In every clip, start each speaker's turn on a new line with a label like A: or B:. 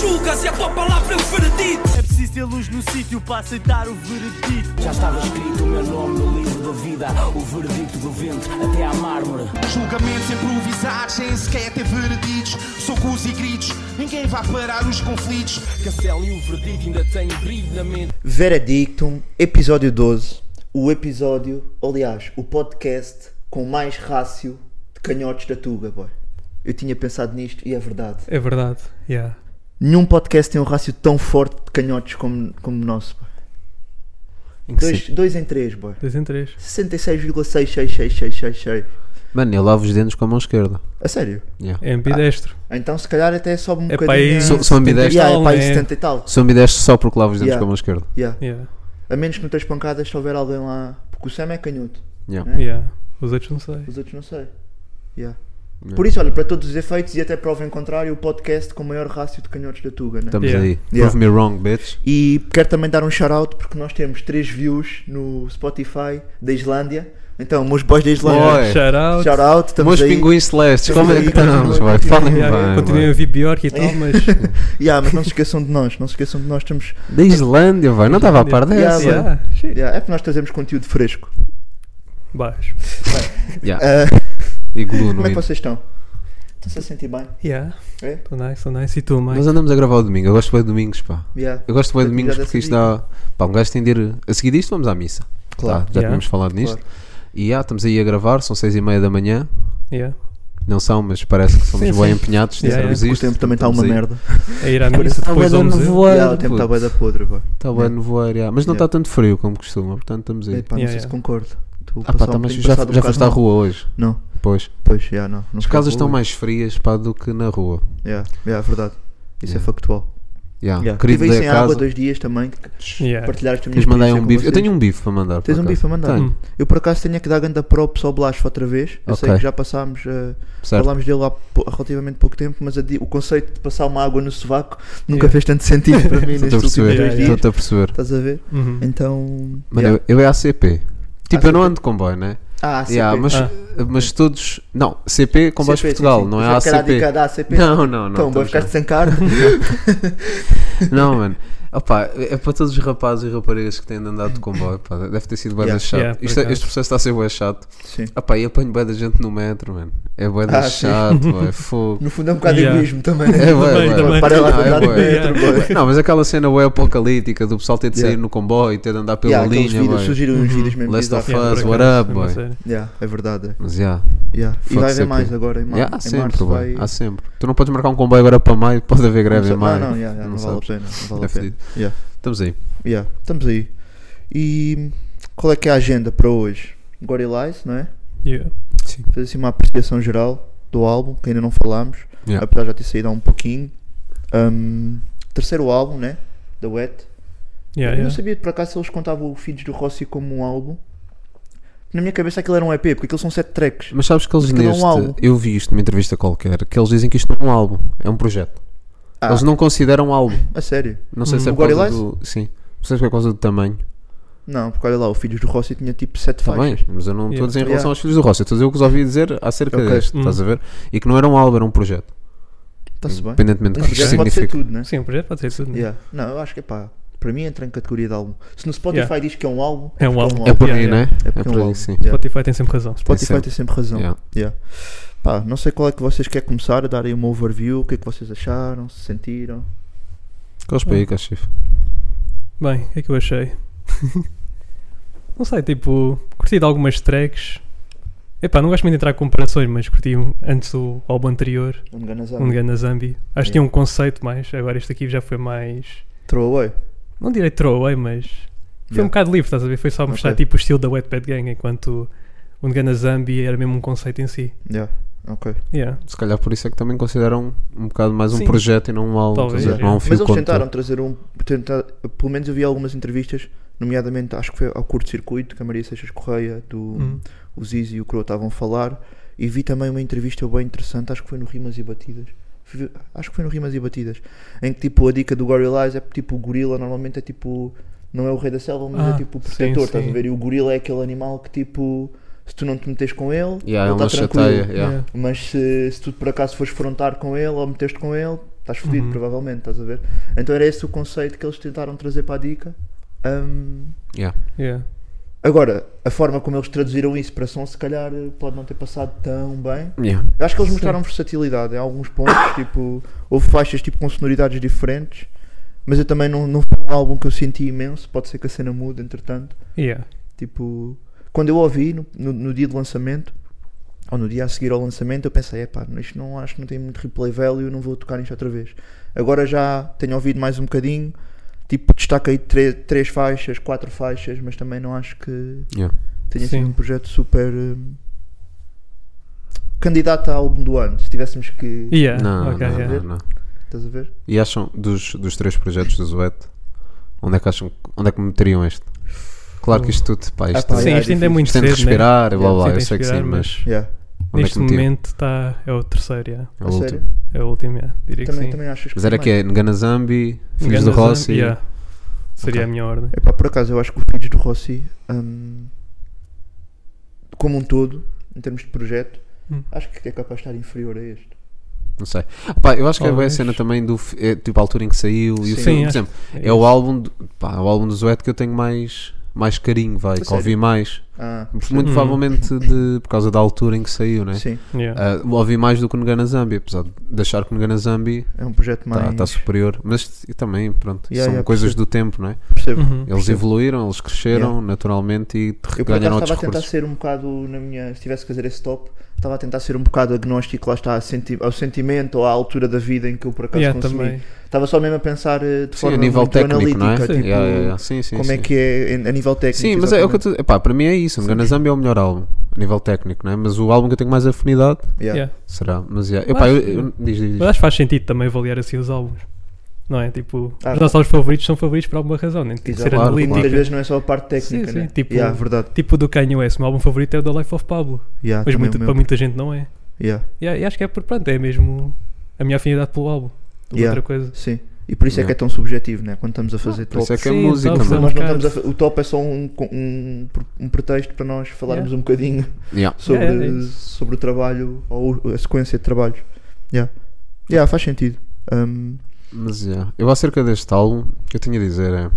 A: julgas e a tua palavra é o veredito.
B: É preciso ter luz no sítio para aceitar o veredito.
C: Já estava escrito o meu nome no livro da vida, o veredito do vento até à mármore.
D: Julgamentos improvisados, sem sequer ter vereditos. Socos e gritos, ninguém vai parar os conflitos.
E: Castelo e o veredito ainda têm brilho na mente.
F: Veredictum, episódio 12. O episódio, aliás, o podcast com mais rácio de canhotes da Tuga, boy. Eu tinha pensado nisto e é verdade.
G: É verdade, yeah.
F: Nenhum podcast tem um rácio tão forte de canhotes como, como o nosso, boy.
H: Em que
F: Dois,
H: se-
F: dois em 3, boy.
G: 2 em 3.
F: 66,66666.
H: Mano, eu lavo os dentes com a mão esquerda.
F: A sério?
H: Yeah.
G: É ambidestro.
F: Então se calhar até sobe um
G: É para
F: bocadinho.
G: aí-
H: Sou- sou ambidestro.
F: Yeah, é para aí
G: Tal, né?
F: 70 e tal.
H: Sou ambidestro só porque lavo os dentes
F: Yeah.
H: com a mão esquerda.
F: Yeah.
G: Yeah.
F: A menos que não tens pancadas se houver alguém lá. Porque o Sam é canhoto.
H: Yeah.
F: É.
G: Yeah. Os outros não sei.
F: Os outros não sei. Yeah. Por isso, olha, para todos os efeitos e até prova em contrário, o podcast com o maior rácio de canhotes da Tuga, né?
H: Estamos
G: Yeah.
H: aí.
F: Yeah.
H: Prove me wrong, bitch.
F: E quero também dar um shout-out porque nós temos 3 views no Spotify da Islândia. Então, meus boys da Islândia,
H: Oi.
G: Shout out.
F: shout-out, estamos
H: Meus
F: aí.
H: pinguins celestes,
F: Estamos
H: como é
F: aí,
H: que estamos?
F: continua,
H: vai? Falem
F: continua.
G: Yeah,
H: bem.
G: continuem a
H: vai.
G: vir Bjork e tal, mas.
F: Yeah, mas não se esqueçam de nós, não se esqueçam de nós, estamos...
H: Da Islândia, vai. Não estava a par
F: Yeah,
H: dessa.
F: vai.
G: yeah, shit.
F: Yeah, é porque nós trazemos conteúdo fresco.
G: Baixo.
H: Yeah.
F: Ah,
H: E glue no
F: como é que
H: hino.
F: vocês estão? Estão-se a sentir bem?
G: Yeah.
F: É?
G: Tô nice, tô nice. E tu, mãe?
H: Nós andamos a gravar o domingo. Eu gosto bem de domingos, pá.
F: Yeah.
H: Eu gosto bem
F: Atividade
H: de domingos porque isto dá. Pá, um gajo tem de ir. A seguir disto, vamos à missa.
F: Claro.
H: Tá, já
G: Yeah.
H: tínhamos falado nisto. E ah, estamos aí a gravar, são seis e meia da manhã.
G: Yeah.
H: Não são, mas parece que somos
G: Sim, sim.
H: bem empenhados.
G: Yeah, tá
H: dizemos
F: O
H: isto,
F: tempo também está
H: estamos
F: uma
H: aí.
F: merda.
G: A ir à missa depois
H: bué
G: ao
H: de
G: museu.
H: nevoeiro,
F: Yeah, o tempo tá está bem
H: puto.
F: da podre, pá.
H: Está bué Tá de nevoeiro, yeah. Mas não está
F: Né? Yeah. É,
H: tanto frio como costuma, portanto estamos aí.
F: Epá, não
G: Yeah,
F: sei
G: yeah.
F: se concordo. Tu
H: Ah, pá, tá, mas já, já foste à rua hoje?
F: Não,
H: Pois.
F: um pois, já não. não
H: As
F: fui à
H: casas
F: rua
H: estão
F: hoje.
H: mais frias, pá, do que na rua.
F: Yeah, yeah, é verdade. Isso é
H: Yeah.
F: factual.
H: Yeah.
F: Yeah. Tive
H: Querido
F: aí
H: da
F: sem
H: casa.
F: água dois dias também.
G: Yeah.
F: Partilhaste a minha
H: Tens de mandar aí um
F: experiência com
H: bife. Eu
F: é vocês.
H: tenho um bife para mandar.
F: Tens
H: por
F: um
H: acaso.
F: bife a mandar?
H: Tenho.
G: Hum.
F: Eu por acaso tenho que dar ganda props ao Blasfo outra vez. Eu sei
H: Ok.
F: que já passámos, eh,
H: Certo.
F: falámos dele há pou- há relativamente pouco tempo, mas a di- o conceito de passar uma água no sovaco nunca
G: Yeah.
F: fez tanto sentido para mim nestes
H: Estou
F: últimos
H: a perceber.
F: dois
G: Yeah, yeah.
F: dias.
H: Estou a perceber.
F: Estás a ver?
G: Uhum.
F: Então.
H: Mano,
F: yeah.
H: eu, eu é ACP. Tipo, eu não
F: ACP.
H: ando de comboio, né?
F: Ah, ACP.
H: Yeah, mas,
G: Ah.
H: mas todos. Não, CP, Comboios
F: CP, sim,
H: Portugal,
F: sim.
H: não é
F: Já que era a
H: ACP.
F: dica da ACP.
H: Não, não, não.
F: Então, vai ficar
H: estamos
F: sem carne.
H: bem. Não, mano. Opa, é para todos os rapazes e raparigas que têm de andar de comboio, pá, deve ter sido bué da
F: Yeah.
H: chato.
G: Yeah, por
H: Isto é-
G: acaso.
H: este processo está a ser bué chato.
F: Sim.
H: Opa, e apanho bué da gente no metro, mano. É bué da
F: Ah, sim.
H: chato, bué, fogo.
F: No fundo é um bocado
G: Yeah.
F: egoísmo também.
H: É, bué,
G: Também,
H: bué.
G: também.
F: Para lá
H: Não, é
F: cuidar do
H: bué.
F: metro, bué.
H: Não, mas aquela cena bué apocalíptica do pessoal ter de sair
F: Yeah.
H: no comboio e ter de andar pela
F: Yeah, aqueles
H: linha,
F: vídeos,
H: bué.
F: surgiram uns vídeos mesmo
H: Last of
F: bizarros.
H: Us.
G: por
H: what
G: acaso,
H: up,
G: é uma
H: boy?
G: série.
F: Yeah, é verdade. é.
H: Mas já.
F: Yeah. E
H: Fuck
F: vai haver
H: CP.
F: mais agora em, mar
H: Yeah, há
F: em
H: sempre,
F: março.
H: bué,
F: Vai...
H: há sempre. Tu não podes marcar um comboio agora para maio, pode haver greve é em
F: não,
H: maio.
F: não, yeah, yeah, não, vale a
H: sabes.
F: pena. Não vale
H: É
F: a pena. Yeah,
H: Estamos aí.
F: yeah, Estamos aí. E qual é que é a agenda para hoje? Gorillaz, não é?
G: Yeah.
F: Fazer assim uma apreciação geral do álbum, que ainda não falámos,
H: Yeah.
F: apesar de já ter saído há um pouquinho. Um, terceiro álbum, né? Da Wet.
G: Yeah,
F: Eu
G: yeah.
F: não sabia por acaso se eles contavam o Feeds do Rossi como um álbum. Na minha cabeça aquilo era um EP, porque aquilo são sete tracks.
H: Mas sabes que eles
F: Aquilo é um
H: neste.
F: álbum.
H: eu vi isto numa entrevista qualquer, que eles dizem que isto não é um álbum, é um projeto.
F: Ah.
H: Eles não consideram um álbum.
F: A sério?
H: Não sei
G: Hum.
H: se é
F: O
H: por causa
F: Gorillaz?
H: do. Sim. Não sei se é por causa do tamanho.
F: Não, porque olha lá, o Filhos do Rossi tinha tipo sete
H: Está bem,
F: faixas.
H: mas eu não estou a dizer em
F: Yeah.
H: relação aos filhos do Rossi, estou a dizer o que os ouvi dizer acerca
F: Ok.
H: deste,
G: Hum.
H: estás a ver? E que não era um álbum, era um projeto.
F: Está-se bem.
H: Independentemente
F: Um
H: do que isto
F: projeto pode ser
H: significa.
F: tudo, né?
G: Sim, o projeto pode ser tudo. né?
F: Yeah. Não, eu acho que pá, para mim entra em categoria de álbum. Se no Spotify
G: Yeah.
F: diz que é um álbum,
G: É um
F: porque
G: álbum.
H: É por
G: Yeah,
H: aí,
G: yeah.
H: né?
F: É
H: É
F: porque é um
H: por
F: álbum.
H: aí, sim.
F: Yeah.
G: Spotify tem sempre razão.
F: Spotify
H: sempre.
F: tem sempre razão.
H: Yeah.
F: Yeah. Pá, não sei qual é que vocês querem começar a darem uma overview, o que é que vocês acharam, se sentiram.
H: Cospe aí, Cachif.
G: Bem, o que é que eu achei? não sei, tipo, curti de algumas tracks. Epá, não gosto muito de entrar em comparações, mas curti um- antes do álbum anterior,
F: Um ganazado.
G: Um Gana Zambi. Acho
F: Yeah.
G: que tinha um conceito mais, agora este aqui já foi mais.
F: Throwaway.
G: Não direi throwaway, mas. Foi um
F: Yeah.
G: bocado livre, estás a ver? Foi só mostrar
F: Ok.
G: tipo o estilo da Wetpad Gang, enquanto o Gana Zambi era mesmo um conceito em si.
F: Yeah. Ok.
G: Yeah.
H: Se calhar por isso é que também consideram um bocado mais um
G: Sim.
H: projeto e não um álbum.
G: Talvez,
H: estás a
G: é.
H: ver? Não é um
G: Mas
H: fio
F: Mas eles
H: condutor.
F: tentaram trazer um. Tentar, pelo menos eu vi algumas entrevistas, nomeadamente acho que foi ao curto-circuito, que a Maria Seixas Correia, do
G: Hum.
F: o Zizi e o Crow estavam a falar. E vi também uma entrevista bem interessante, acho que foi no Rimas e Batidas. Fui- Acho que foi no Rimas e Batidas. Em que tipo a dica do Gorillaz é tipo o gorila normalmente é tipo. Não é o rei da selva, mas é
G: Ah,
F: tipo o
G: sim,
F: protetor, estás a
G: sim.
F: ver? E o gorila é aquele animal que tipo. Se tu não te metes com ele,
H: Yeah, é
F: ele
H: uma
F: está tranquilo.
H: chateia. yeah.
G: Yeah.
F: Mas se, se tu por acaso fores frontar com ele ou meteste com ele, Estás fodido,
G: Uhum.
F: provavelmente, estás a ver? Então era esse o conceito que eles tentaram trazer para a dica. Ahm,
H: Yeah.
G: Yeah.
F: agora, a forma como eles traduziram isso para som, se calhar, eh, pode não ter passado tão bem.
H: Yeah.
F: Eu acho que eles
G: Sim.
F: mostraram versatilidade em alguns pontos, tipo, houve faixas tipo, com sonoridades diferentes, mas eu também não, não foi um álbum que eu senti imenso, pode ser que a cena mude, entretanto.
G: Yeah.
F: Tipo, quando eu ouvi no, no, no dia de lançamento, ou no dia a seguir ao lançamento, eu pensei, é pá, isto não acho que não tem muito replay value, eu não vou tocar nisto outra vez. Agora já tenho ouvido mais um bocadinho, tipo, destaca aí tre- três faixas, quatro faixas, mas também não acho que
H: Yeah.
F: tenha sido
G: Sim.
F: um projeto super. hum, candidato a álbum do ano, se tivéssemos que.
G: Yeah.
H: Não,
G: ok,
H: não,
G: yeah.
H: não, não.
F: Estás a ver?
H: E acham, dos, dos três projetos do Zuete, onde é que acham, onde é que meteriam este? Claro que isto tudo, pá, isto,
F: pá,
G: Sim, isto
F: Yeah,
G: ainda
F: difícil.
G: é muito
H: isto tem de
G: cedo, né?
H: respirar, e blá blá,
G: Sim,
H: eu
G: tem de
H: sei que sim,
G: respirar,
H: mas
F: Yeah.
H: onde é
G: Neste
H: que metiam?
G: momento tá, é o terceiro, yeah.
H: É
F: A
H: o
F: sério?
H: último.
G: é o último, yeah. diria que
F: Também,
G: sim.
F: também achas que.
H: Mas era
F: foi
H: que
F: mais?
H: é Ngana Zambi, Filhos do
G: Gandas and-
H: Rossi,
G: yeah. Seria
H: Ok.
G: a minha ordem.
F: Epá, É por acaso, eu acho que o Filhos do Rossi, hum, como um todo, em termos de projeto,
G: Hum.
F: acho que é capaz de estar inferior a este.
H: não sei. Pá, eu acho que é boa a
G: Talvez.
H: cena também do fi- é, tipo a altura em que saiu e o
F: Sim.
H: filme,
G: Sim,
H: por
G: acho
H: exemplo, é o álbum, do, pá, o álbum do Zuete que eu tenho mais, mais carinho,
F: A
H: vai, que
F: sério?
H: ouvi mais.
F: Ah,
H: Muito
G: Hum.
H: provavelmente de, por causa da altura em que saiu, né?
F: sim.
G: Yeah.
H: Ah, ouvi mais do que o Ngana Zambi, apesar de deixar que o Ngana Zambi
F: É um projeto mais.
H: Está superior. Mas e também, pronto,
F: Yeah,
H: são
F: yeah,
H: coisas
F: percebo.
H: do tempo, não é?
F: Percebo.
G: Uhum.
H: Eles
F: Percebo.
H: evoluíram, eles cresceram naturalmente e
F: Eu por acaso
H: ganharam
F: estava
H: outros
F: a tentar
H: recursos.
F: ser um bocado na minha. Se tivesse que fazer esse top, estava a tentar ser um bocado agnóstico, lá está, a senti- ao sentimento ou à altura da vida em que eu por acaso
G: Yeah,
F: consumi.
G: também.
F: Estava só mesmo a pensar eh, de
H: Sim,
F: forma
H: a nível
F: muito
H: técnico, não é?
F: analítica, tipo,
H: Yeah, yeah, yeah. Sim, sim,
F: como
H: sim.
F: é que é em- a nível técnico.
H: Sim, mas é o que eu
F: exatamente.
H: te... Epá, para mim é isso. Engana Zambia é o melhor álbum, a nível técnico, não é? Mas o álbum que eu tenho mais afinidade
F: Yeah.
G: Yeah.
H: será. Mas yeah. Epá, eu,
G: Mas-
H: eu- diz, diz, diz.
G: Mas acho que faz sentido também avaliar assim os álbuns. Não é? Tipo,
F: Ah,
G: os nossos álbuns favoritos são favoritos por alguma razão, né? Tipo, nem tem que
F: Exato.
G: ser
H: Claro,
G: analítica.
F: Muitas vezes não é só a parte técnica,
G: Sim, sim,
F: né?
G: tipo-
F: Yeah, verdade.
G: Tipo do Kanye West, o meu álbum favorito é o The Life of Pablo,
F: Yeah,
G: mas
F: Ah, também
G: muito-
F: o meu.
G: para muita gente não é.
F: Yeah.
G: E a- e acho que é por pronto, é mesmo a minha afinidade pelo álbum. do que
F: Yeah.
G: Outra coisa.
F: Sim. E por isso é
H: Yeah.
F: que é tão subjetivo, né? Quando estamos a fazer
H: Por isso
F: top.
H: é que é
G: Sim,
H: música,
G: talvez
H: mano.
G: Ah, é
F: Nós não
G: bocado.
F: estamos a fa- o top é só um, um, um pretexto para nós falarmos um bocadinho
H: Yeah.
F: sobre,
G: Yeah, é isso.
F: sobre o trabalho ou a sequência de trabalhos. Yeah. Yeah, faz sentido. Um,
H: Mas yeah. eu acerca deste álbum, o que eu tinha a dizer é.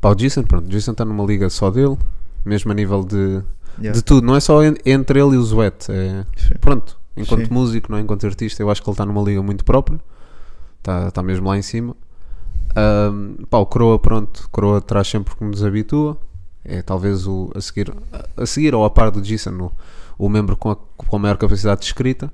H: Pá, o Jason, pronto, o Jason está numa liga só dele, mesmo a nível de,
F: yeah.
H: de tudo, não é só en- entre ele e o Zuete, é,
F: Sim.
H: pronto, enquanto
F: Sim.
H: músico, não é? enquanto artista, eu acho que ele está numa liga muito própria, está tá mesmo lá em cima. Ahm, pá, o Croa, pronto, Croa traz sempre que nos habitua, é talvez o, a, seguir, a, a seguir ou a par do Jason, o, o membro com a, com a maior capacidade de escrita.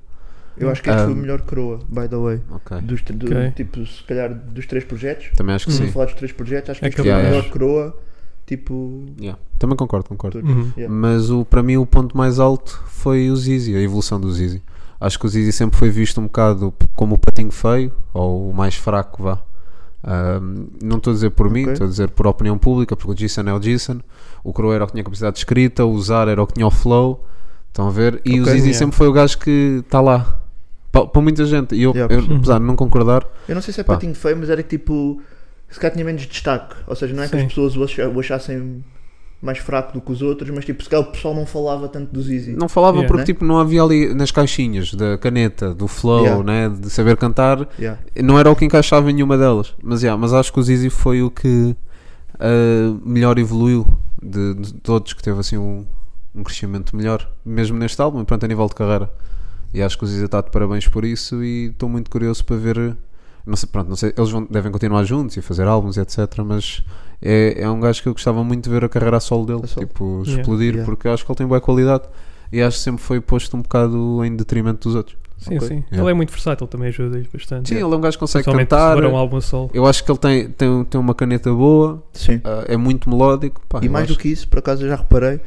F: Eu acho que este foi o
H: Um,
F: melhor croa, by the way.
H: Ok,
F: Dos, tr- do,
G: Ok.
F: Tipo, se calhar dos três projetos.
H: também acho que
F: Se
H: sim.
F: falar dos três projetos, acho que
G: É
F: este foi
H: que
F: o
H: eu
F: melhor
H: acho.
F: croa. Tipo.
H: Yeah, Também concordo, concordo.
G: Uhum.
F: Yeah.
H: Mas o, para mim o ponto mais alto foi o Zizi, a evolução do Zizi. Acho que o Zizi sempre foi visto um bocado p- como o patinho feio, ou o mais fraco, vá. Ahm, não estou a dizer por mim,
F: Ok.
H: estou a dizer por opinião pública, porque o Jason é o Jason, o Crow era o que tinha capacidade de escrita, o Zar era o que tinha o flow, estão a ver? E o
F: Ok,
H: Zizi
F: yeah.
H: sempre foi o gajo que está lá, Pa- para muita gente. E eu,
F: Yeah.
H: eu, apesar de não concordar,
F: Eu não sei se é
H: Pá.
F: patinho feio, mas era que tipo. Se calhar tinha menos destaque. Ou seja, não é que
G: Sim.
F: as pessoas o acha- o achassem mais fraco do que os outros, mas tipo, se calhar o pessoal não falava tanto do Zizi.
H: Não falava
G: Yeah.
H: porque
F: Né?
H: tipo, não havia ali nas caixinhas da caneta, do flow,
F: Yeah.
H: né, de saber cantar,
F: Yeah.
H: não era o que encaixava em nenhuma delas. Mas, yeah, mas acho que o Zizi foi o que ah, melhor evoluiu de, de todos, que teve assim um, um crescimento melhor, mesmo neste álbum, e pronto, a nível de carreira. E acho que o Zizi está de parabéns por isso e estou muito curioso para ver. Não sei, pronto, não sei, eles vão- devem continuar juntos e fazer álbuns e etc. Mas é, é um gajo que eu gostava muito de ver a carreira a solo dele,
F: A solo.
H: tipo,
G: Yeah.
H: explodir,
F: Yeah.
H: porque acho que ele tem boa qualidade e acho que sempre foi posto um bocado em detrimento dos outros.
G: Sim,
F: Ok.
G: sim.
H: Yeah.
G: Ele é muito versátil, também ajuda isso bastante.
H: Sim, ele é um gajo que consegue
G: Principalmente
H: cantar.
G: se for um álbum solo.
H: Eu acho que ele tem, tem, tem uma caneta boa,
F: Sim.
H: ah, é muito melódico. Pá,
F: e
H: eu
F: mais
H: acho-
F: do que isso, por acaso eu já reparei,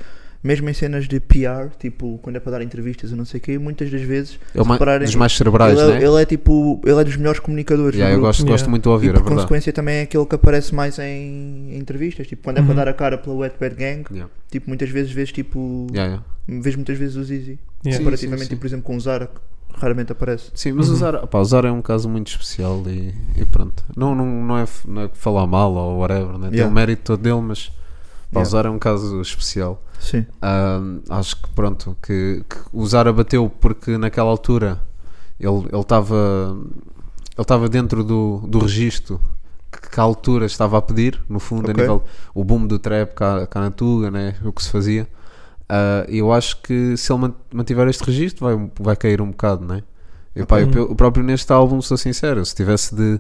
F: mesmo em cenas de PR, tipo, quando é para dar entrevistas ou não sei o quê, muitas das vezes.
H: é uma,
F: repararem,
H: dos mais cerebrais,
F: Ele, é-
H: né?
F: ele é tipo. Ele é dos melhores comunicadores.
H: Yeah,
F: do
H: eu
F: grupo.
H: gosto,
G: Yeah.
H: gosto muito de
F: E
H: ouvir, é
F: por
H: verdade.
F: consequência também é aquele que aparece mais em, em entrevistas, tipo quando é
G: Uhum.
F: para dar a cara pela Wet Bad Gang,
H: Yeah.
F: tipo muitas vezes vês tipo,
H: Yeah, yeah.
F: vês muitas vezes o Zizi.
G: Yeah.
H: Sim.
F: comparativamente,
H: sim.
F: por exemplo, com o Zara, que raramente aparece.
H: Sim, mas
G: Uhum.
H: o, Zara, pá, o Zara é um caso muito especial e, e pronto. Não, não, não, é, f- não é falar mal ou whatever, né? tem o
F: Yeah.
H: mérito todo dele, mas pá, o
F: Yeah.
H: Zara é um caso especial.
F: Sim,
H: Ahm, acho que pronto, que, que o Zara bateu porque naquela altura ele estava ele estava dentro do, do registro que, que a altura estava a pedir, no fundo, a
F: Ok.
H: nível o boom do trap cá, cá na Tuga, né, o que se fazia. Ah, E eu acho que se ele man- mantiver este registro vai, vai cair um bocado, né? E, pá, eu
G: Ok.
H: pe- o próprio neste álbum, sou sincero, se tivesse de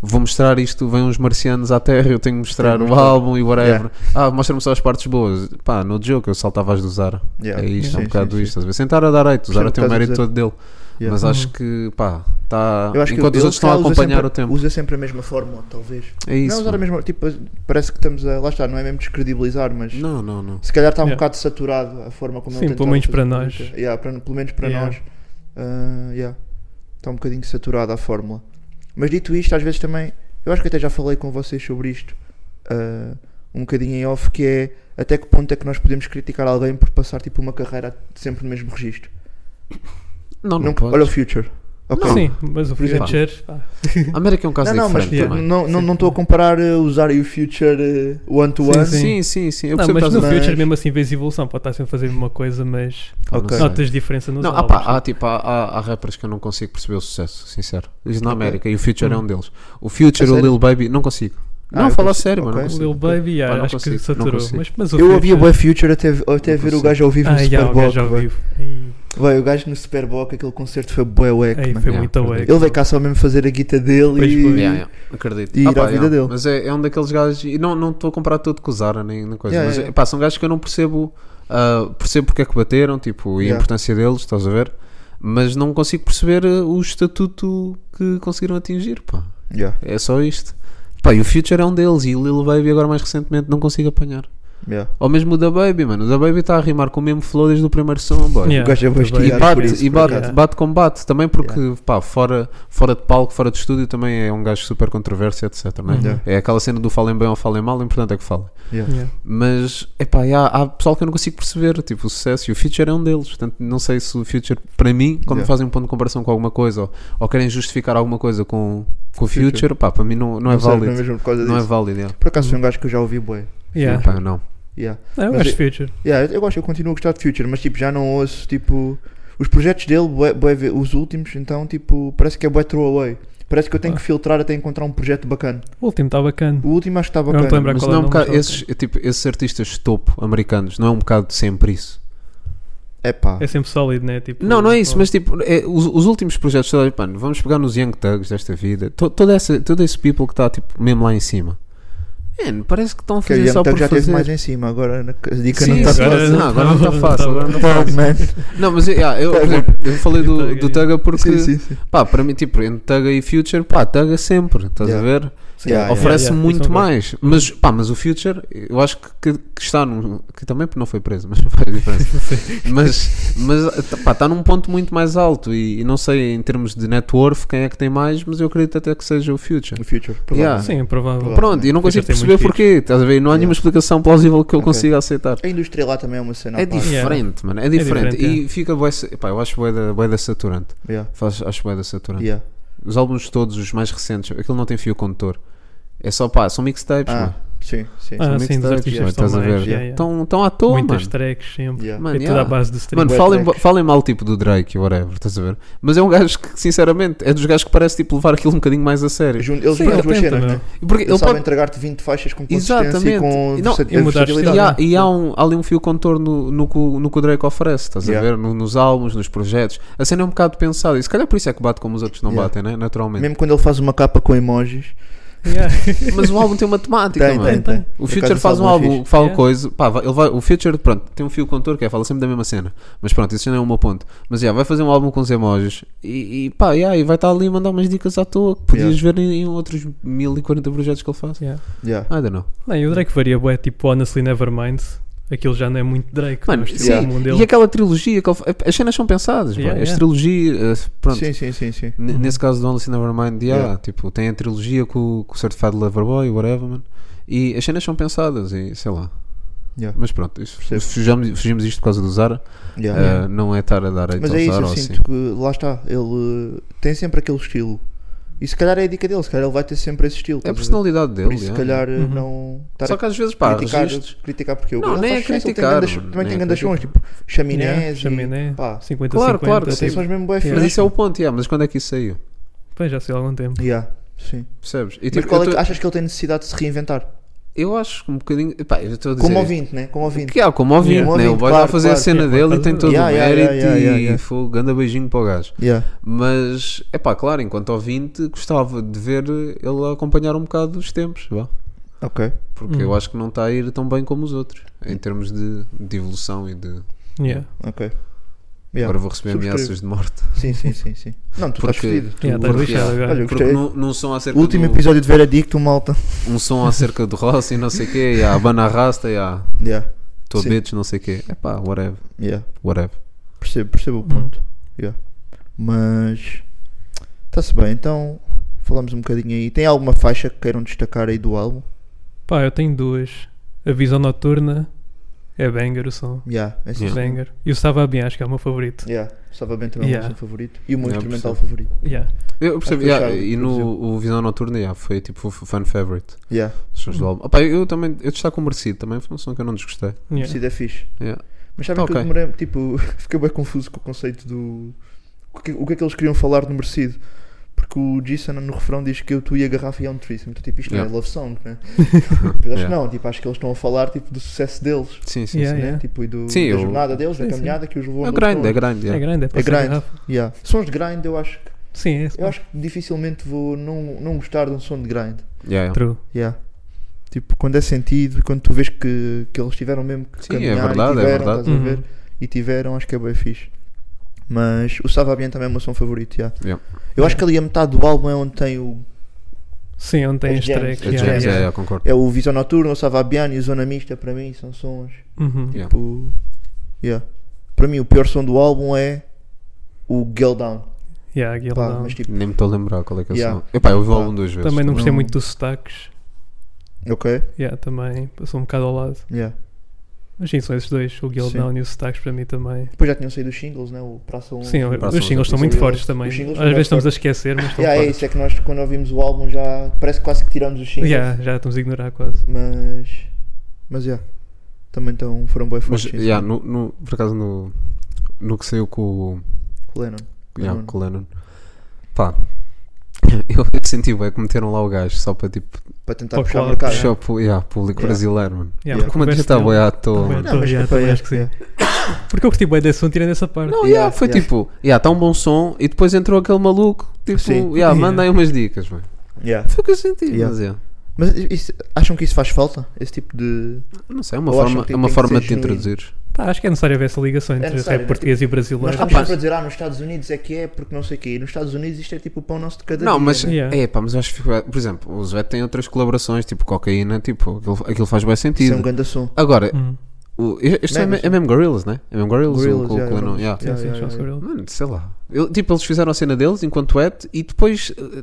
H: vou mostrar isto, vêm uns marcianos à terra, eu tenho que mostrar
F: Tenho que
H: o
F: mostrar.
H: álbum e whatever.
F: Yeah.
H: Ah, mostra-me só as partes boas. Pá, no jogo eu saltava as do Zara.
F: Yeah.
H: É isto, é um
F: Sim,
H: bocado
F: sim, sim.
H: isto. Estás a ver? Sentar a dar oito, o
F: Percebo
H: Zara
F: o que
H: tem o
F: estás a
H: mérito
F: dizer.
H: todo dele.
F: Yeah. Uhum.
H: Mas acho que, pá, está.
F: Eu acho que
H: Enquanto os
F: ele,
H: outros estão a
F: se calhar, usa
H: acompanhar
F: sempre-
H: o tempo.
F: Usa sempre a mesma fórmula, talvez.
H: É isso.
F: não usar a
H: mano.
F: mesma. Tipo, parece que estamos a. Lá está, não é mesmo descredibilizar, mas.
H: Não, não, não.
F: Se calhar está um
G: Yeah.
F: bocado saturado a forma como
G: Sim,
F: ele
G: pelo
F: tentava
G: menos para
F: fazer
G: nós.
F: música. Yeah, para- pelo menos para
G: Yeah.
F: nós. Ah, yeah. Está um bocadinho saturada a fórmula. Mas dito isto, às vezes também. Eu acho que até já falei com vocês sobre isto. ah, um bocadinho em off, que é até que ponto é que nós podemos criticar alguém por passar tipo uma carreira sempre no mesmo registro.
H: Não, não.
F: Nunca-
H: podes.
F: olha o Future. Ok.
G: Sim, mas o
F: Por exemplo-
G: Future. pá,
H: A América é um caso
F: Não, não, mas
H: diferente
F: tipo,
H: também.
F: não estou não, não estou a comparar eh, o Zara e o Future eh, one to
G: Sim,
F: one.
G: sim.
H: Sim, sim, sim.
G: não,
H: Eu percebo
G: mas
H: que
G: no
H: estás a-
F: mas-
G: Future mesmo assim vês evolução, pode estar sempre a fazer a mesma coisa, mas
H: Pá, não
F: Ok.
H: sei.
G: notas diferença nos
H: Não, ah,
G: álbuns.
H: pá, há, tipo, há, há, há rappers que eu não consigo perceber o sucesso, sincero. Isso na
F: Ok.
H: América, e o Future é
G: Hum.
H: um deles. O Future,
F: É
H: o
F: sério?
H: Lil Baby, não consigo.
F: Ah,
H: não,
F: eu
H: fala a
F: consigo.
H: sério, mano.
F: Ok.
H: não
G: O
H: consigo.
G: Lil Baby,
H: Pá,
G: ah,
H: não
G: acho
H: consigo,
G: que
H: não
G: saturou.
H: consigo.
G: Mas, mas o
F: Eu ouvi
G: Future-
F: o Boy Future até, até
H: Não
F: ver o
H: consigo.
F: gajo ao vivo
G: Ah,
F: no
G: já, o gajo ao
F: Superbock.
G: vivo. Aí,
F: Vai, o gajo no Superbock, aquele concerto foi bué wack,
G: aí
F: mano.
G: foi
H: Yeah,
G: muito
H: acredito.
G: awake.
F: Ele veio cá só mesmo fazer a guita dele
G: Pois
F: e...
G: foi.
H: Yeah, yeah, acredito. Ah,
F: E ir à vida
H: yeah.
F: dele.
H: Mas é, é um daqueles gajos. E não não estou a comparar tudo com o Zara nem, nem coisa.
F: Yeah,
H: mas
F: yeah.
H: pá, são gajos que eu não percebo. ah, percebo porque é que bateram tipo, e
F: Yeah.
H: a importância deles, estás a ver? Mas não consigo perceber ah, o estatuto que conseguiram atingir. Pá.
F: Yeah,
H: É só isto. Pá, e o Future é um deles. E o Lil Baby, agora mais recentemente, não consigo apanhar.
F: yeah.
H: Ou mesmo o da Baby, mano. O da Baby está a rimar com o mesmo flow desde o primeiro som, boy.
G: Yeah,
F: O gajo é
G: também.
F: bastante-
H: E
F: Obrigado por
H: bate,
F: isso,
H: e
F: por
H: bate,
G: acaso.
H: bate com bate também porque pá, fora, fora de palco, fora de estúdio também é um gajo super controverso, etc. né?
F: Yeah.
H: É aquela cena do falem bem ou falem mal, o importante é que falem.
G: Yeah.
H: Mas epá, e há, há pessoal que eu não consigo perceber, tipo, o sucesso e o Future é um deles. Portanto, não sei se o Future, para mim, quando
F: Yeah.
H: fazem um ponto de comparação com alguma coisa ou, ou querem justificar alguma coisa com, com o
F: Future.
H: Future, pá, para mim não, não é
F: Não serve
H: válido.
F: mesmo por causa
H: Não é
F: disso.
H: válido, yeah.
F: Por acaso foi um gajo que eu já ouvi bué.
G: Yeah.
H: Epá, não.
F: Yeah.
G: Não, Eu
F: Mas
G: acho
H: é-
F: eu-
G: Future.
F: Yeah, eu- eu gosto, eu continuo a gostar de Future, mas tipo, já não ouço, tipo... Os projetos dele, bué, bué ve- os últimos, então, tipo, parece que é bué throwaway. Parece que eu tenho que filtrar até encontrar um projeto bacana.
G: O último está bacana.
F: O último acho que está
G: não
F: bacana.
G: te lembro
H: Mas
G: qual é
H: não é um
G: o nome,
H: bocado,
G: mas
H: esses, tipo, esses artistas topo americanos, não é um bocado sempre isso?
F: É pá.
G: É sempre sólido, né? Tipo,
H: Não, não é isso,
G: bom.
H: mas tipo, é, os, os últimos projetos, toda, mano, vamos pegar nos Young Thugs desta vida, to, toda essa, todo esse people que está tipo, mesmo lá em cima. Man, parece que estão a
F: Que o
H: fazer só
F: Young
H: por
F: Thug já
H: fazer.
F: esteve mais em cima, agora na- a dica
H: Sim,
F: não está
H: agora,
F: fácil.
H: não, agora não está fácil. agora não tá
F: Fuck,
H: fácil.
F: man.
H: Não, mas yeah, eu, por exemplo, eu falei do, do Tugga
F: Sim,
H: porque,
F: sim, sim.
H: pá, para mim, tipo, entre Tugga e Future, pá, Tugga sempre, estás
F: Yeah.
H: a ver?
G: Sim,
F: Ah, Yeah,
G: yeah,
H: Oferece
G: yeah, isso é
H: muito
G: verdade.
H: mais, mas, pá, mas o Future, eu acho que, que- que está num. que também não foi preso, mas não faz diferença. mas mas tá- pá, está num ponto muito mais alto e, e não sei em termos de net worth quem é que tem mais, mas eu acredito até que seja o Future.
F: No future,
H: Yeah.
F: provavelmente.
G: Sim, é provável.
F: Provável.
H: Pronto, e eu não
G: Future
H: consigo
G: tem
H: perceber
G: muitos
H: porquê, estás a ver? Não há nenhuma
F: Yeah.
H: explicação plausível que eu
F: Ok.
H: consiga aceitar.
F: A indústria lá também é uma cena. à
H: É
F: parte.
H: diferente, mano, é diferente.
G: diferente,
H: e fica bué, sa- pá, eu acho bué da, bué da saturante.
F: Yeah.
H: Faz, acho bué da saturante.
F: Yeah.
H: Os álbuns todos, os mais recentes, aquilo não tem fio condutor. É só pá, são mixtapes,
F: Ah,
H: mano.
F: sim, sim.
G: Ah,
H: São
G: sim,
H: mixtapes,
G: dos artistas
H: mano,
G: estão
H: estás a
G: mais,
H: ver?
G: yeah, yeah.
H: Estão estão à toa,
G: Muitas
H: mano.
G: tracks sempre.
F: Yeah.
H: Mano,
G: é tudo
H: yeah.
G: à base de stream.
H: Mano,
F: Bué
H: falem,
F: tracks.
H: falem mal tipo do Drake, whatever, estás a ver? Mas é um gajo que, sinceramente, é dos gajos que parece tipo levar aquilo um bocadinho mais a sério.
F: Jun- Eles
G: Sim,
F: têm as
G: ele
F: duas
G: tenta, é?
F: cenas,
G: meu.
F: né?
H: Porque
F: Eles
H: ele
F: sabem
H: pode.
F: entregar-te 20 faixas com consistência e
H: Exatamente.
F: com
H: E não-
F: versa-
G: e mudar de
H: E
F: versatilidade.
G: estilo,
H: há, e há um, há ali um fio contorno no, no, que o- no que o Drake oferece, estás a
F: Yeah.
H: ver? No- nos álbuns, nos projetos. A cena é um bocado pensada e se calhar por isso é que bate como os outros não
F: Yeah.
H: batem, né? Naturalmente.
F: Mesmo quando ele faz uma capa com emojis.
G: Yeah.
H: Mas o álbum tem uma temática,
F: Tem,
H: mano.
F: tem, tem.
H: O
F: Por
H: Future
F: acaso
H: faz
F: esse
H: um
F: álbum é
H: álbum
F: fixe.
H: que fala
G: Yeah.
H: coisa. Pá, vai- ele vai, o Future, pronto, tem um fio contor que é, fala sempre da mesma cena. Mas pronto, isso já não é o meu ponto. Mas yeah, vai fazer um álbum com os emojis e, e pá, yeah, e vai estar ali a mandar umas dicas à toa que podias ver em, em outros 1040 projetos que ele faz.
G: Yeah.
F: Yeah.
H: I don't know.
G: Não, e o Drake varia, bué, tipo Honestly Nevermind. Aquilo já não é muito Drake,
H: Mano,
G: mas tipo,
H: sim,
G: o mundo dele.
H: E aquela trilogia, que ele fa- é, as cenas são pensadas, pá.
G: Yeah,
H: as
G: yeah.
H: trilogias, eh, pronto.
F: Sim, sim, sim, sim.
H: N-
G: Uhum.
H: Nesse caso do Only Nevermind, yeah,
F: Yeah.
H: tipo, tem a trilogia com, com o Certified Lover Boy, whatever, man. E as cenas são pensadas e sei lá.
F: Yeah.
H: Mas pronto, isso-
F: Percebo.
H: fugimos, fugimos isto por causa do Zara.
F: Yeah.
H: Ah, não é estar a dar aí
F: Mas
H: ao
F: é isso,
H: Zara
F: eu
H: ou assim.
F: sinto que lá está. Ele eh, tem sempre aquele estilo. E se calhar é a dica dele, se calhar ele vai ter sempre esse estilo.
H: É a
F: estás a ver?
H: personalidade dele.
F: Por isso, se
H: yeah.
F: calhar, eh,
G: Uhum.
F: não. estar
H: Só
F: a
H: que às vezes, pá,
F: criticar,
H: registros.
F: criticar porque eu
H: Não,
F: ele
H: nem
F: faz
H: é
F: sucesso, ele tem
H: criticar,
F: grandes-
H: mano,
F: Também
H: nem
F: tem
H: é
F: grandes sons,
H: criticar.
F: tipo chaminés.
G: Yeah,
F: e,
G: Chaminé,
F: Pá,
G: 50-50.
H: Claro, claro,
F: tem
G: tipo,
F: sons mesmo bué
G: Yeah.
H: Mas
F: fixe.
H: isso é o ponto, yeah, mas quando é que isso saiu?
G: Pois, já sei há algum tempo.
F: Yeah, sim.
H: Percebes? E,
F: Mas
H: tipo,
F: qual é
H: eu,
F: que
H: tô-
F: achas que ele tem necessidade de se reinventar?
H: eu acho que um bocadinho. Pá, eu estou a dizer.
F: Como ouvinte, né? Como ouvinte.
H: Que é, como ouvinte,
F: Como
H: né? O
F: ouvinte,
H: boy
F: claro,
H: vai fazer
F: claro,
H: a cena
G: sim,
H: dele e
G: claro.
H: tem todo
F: Yeah,
H: o
F: yeah,
H: mérito
F: yeah, yeah,
H: e
F: yeah.
H: foi um grande beijinho para o gajo.
F: Yeah.
H: Mas, é pá, claro, enquanto ouvinte, gostava de ver ele acompanhar um bocado os tempos, vá.
F: Ok.
H: Porque
F: Hum.
H: eu acho que não está a ir tão bem como os outros, em termos de, de evolução e de.
G: Yeah.
F: Ok. Yeah.
H: Agora vou receber
F: Subscrevo.
H: ameaças de morte.
F: Sim, sim, sim, sim. Não, tu estás
H: Porque-
F: fedido.
G: Yeah,
H: Tu-
G: estás
H: porque,
G: lixado
H: yeah,
G: agora.
F: Olha, eu
H: Porque
F: gostei.
H: num, num som acerca
F: Último
H: do,
F: episódio de Veradicto, malta.
H: um som acerca do Rossi, não sei o quê, e a Habana Rasta, e a
F: Yeah,
H: Tua
F: Sim.
H: Bitch, não sei o quê. É pá, whatever,
F: yeah.
H: whatever.
F: Percebo, percebo o
G: Hum.
F: ponto. Yeah. Mas. Está-se bem, então. Falamos um bocadinho aí. Tem alguma faixa que queiram destacar aí do álbum?
G: Pá, eu tenho duas. A Visão Noturna é banger o som. é
F: Yeah, essa
H: Yeah.
F: sim.
G: Banger. E o Estava Bem, acho que é o meu favorito.
F: Yeah, estava bem também é
G: Yeah.
F: o meu favorito. E o meu
H: Yeah,
F: instrumental
H: percebo.
F: favorito.
G: Yeah.
H: Eu percebo,
F: que foi
H: yeah,
F: Charlie que
H: e no
F: produziu.
H: o Visão Noturna, yeah, foi tipo o fan favorite
F: Yeah,
H: dos sons do álbum. Opá, eu também, eu destaco o Merecido também, foi um som que eu não desgostei.
F: yeah.
G: Yeah.
F: é fixe.
H: Yeah.
F: Mas sabem
H: Tá
F: que eu
H: ok.
F: demorei, tipo, fiquei bem confuso com o conceito do. O que, o que é que eles queriam falar no merecido? Porque o Jason no refrão diz que eu, tu e a garrafa iam threesome. Então, tipo, isto não
H: Yeah.
F: é love song, né? Mas acho que
H: Yeah.
F: não, tipo, acho que eles estão a falar tipo, do sucesso deles,
H: Sim, sim,
G: Yeah,
F: né?
G: yeah.
F: Tipo, e do,
H: Sim,
F: da
H: eu-
F: jornada deles,
G: Sim,
F: da
G: sim.
F: caminhada que os levou
H: É
F: onde
H: grande, é
F: eles estão.
H: grande.
G: É
H: yeah.
G: grande, é para
F: É
G: ser
F: grande.
G: garrafa.
F: Yeah. Sons de grind, eu acho que,
G: Sim, é isso.
F: eu acho que dificilmente vou não, não gostar de um som de grind.
H: Yeah, yeah.
G: True.
F: Yeah. Tipo, quando é sentido e quando tu vês que, que eles tiveram mesmo que
H: Sim, é
F: caminhar
H: verdade, é
F: e tiveram,
H: verdade.
F: estás a ver?
G: Uhum.
F: E tiveram, acho que é bem fixe. Mas o Sava Bien também é o meu som favorito, yeah.
H: Yeah.
F: Eu acho que ali a metade do álbum é onde tem o...
G: Sim, onde tem
F: É
G: as
F: James,
G: tracks.
H: É
G: yeah,
H: James,
G: yeah.
H: yeah, yeah, concordo.
F: É o Visão Noturna, o Sava Bien e o Zona Mista, para mim, são sons...
G: Uhum.
H: Yeah.
F: Tipo, yeah. Para mim, o pior som do álbum é o Girl Down.
G: Yeah, Gil
F: Pá,
G: Down.
F: mas tipo,
H: Nem me estou a lembrar qual é que é o
F: Yeah.
H: som. Epá, eu vi o
F: Pá.
H: álbum duas vezes.
G: Também não gostei
F: Não-
G: muito dos sotaques.
F: ok,
G: Yeah, também passou um bocado ao lado.
F: yeah.
G: Mas sim, são esses dois, o Guild
F: Sim.
G: Down e os sotaques para mim também.
F: Depois já tinham saído os singles, né? O Praça 1.
G: Sim, os
H: Passa
G: singles
H: os
G: estão
F: outros.
G: muito
F: Os-
G: fortes
F: os
G: também. Às
F: singles
G: vezes
F: são mais
G: estamos a esquecer, mas estão
F: Yeah, é
G: fortes.
F: isso, é que nós quando ouvimos o álbum já parece quase que tiramos os singles.
G: Yeah, já estamos a ignorar quase.
F: Mas. Mas já. Também tão, foram bem
H: Mas,
F: fortes. sim,
H: yeah,
F: sim.
H: no, no- por acaso, no, no que saiu com o,
F: Com o Lennon. Com o
H: yeah,
F: Lennon.
H: com o Lennon, pá, eu senti bem que meteram lá o gajo só para tipo
F: Para tentar
G: Para
F: puxar o
G: colar.
F: mercado.
H: puxar o pu- yeah, público
F: Yeah.
H: brasileiro, mano.
G: Yeah,
H: Como é que
G: porque
H: já está
G: o
H: boi
G: resto
H: à toa,
G: também-
H: mano.
F: Não, mas
G: Yeah,
F: também
G: também
F: acho que sim.
G: não. Porque eu curti bem desse som, tirando essa parte.
H: Não,
F: Yeah,
H: yeah, foi
F: yeah.
H: tipo, está yeah, tá um bom som e depois entrou aquele maluco, tipo,
F: Sim.
H: yeah,
G: Yeah.
H: manda aí umas dicas, mano.
F: Yeah.
H: Foi o que eu senti,
F: Yeah.
H: mas yeah.
F: Mas isso- acham que isso faz falta? Esse tipo de.
H: Não sei, é uma
F: Ou acham
H: forma,
F: que
H: é
F: tem
H: uma
F: que
H: forma
F: ser
H: de te
F: genuíno?
H: introduzir.
G: Pá, acho que é necessário haver essa ligação entre
F: necessário, tipo,
G: rap português e brasileiro.
F: Nós estamos
H: pá,
F: sempre a dizer, ah, nos Estados Unidos é que é, porque não sei o quê. E nos Estados Unidos isto é tipo o pão nosso de cada
H: Não,
F: dia,
H: mas
F: né?
G: Yeah.
H: é pá, mas eu acho que fica- por exemplo, o Zé tem outras colaborações, tipo cocaína, tipo, aquilo, aquilo faz bem
F: Isso é um
H: sentido.
F: grande som.
H: Agora,
G: Hum.
H: O- este é,
F: Memes,
H: me- é mesmo Gorillaz, né? É mesmo Gorillaz,
F: Gorillaz,
H: o, o,
F: yeah,
H: o Lennon,
F: Gorillaz.
H: yeah.
G: Sim,
F: Yeah,
G: sim,
F: yeah,
G: só
F: yeah.
G: sobre ele.
H: Mano, sei lá. Eu- tipo, eles fizeram a cena deles enquanto é e depois eh,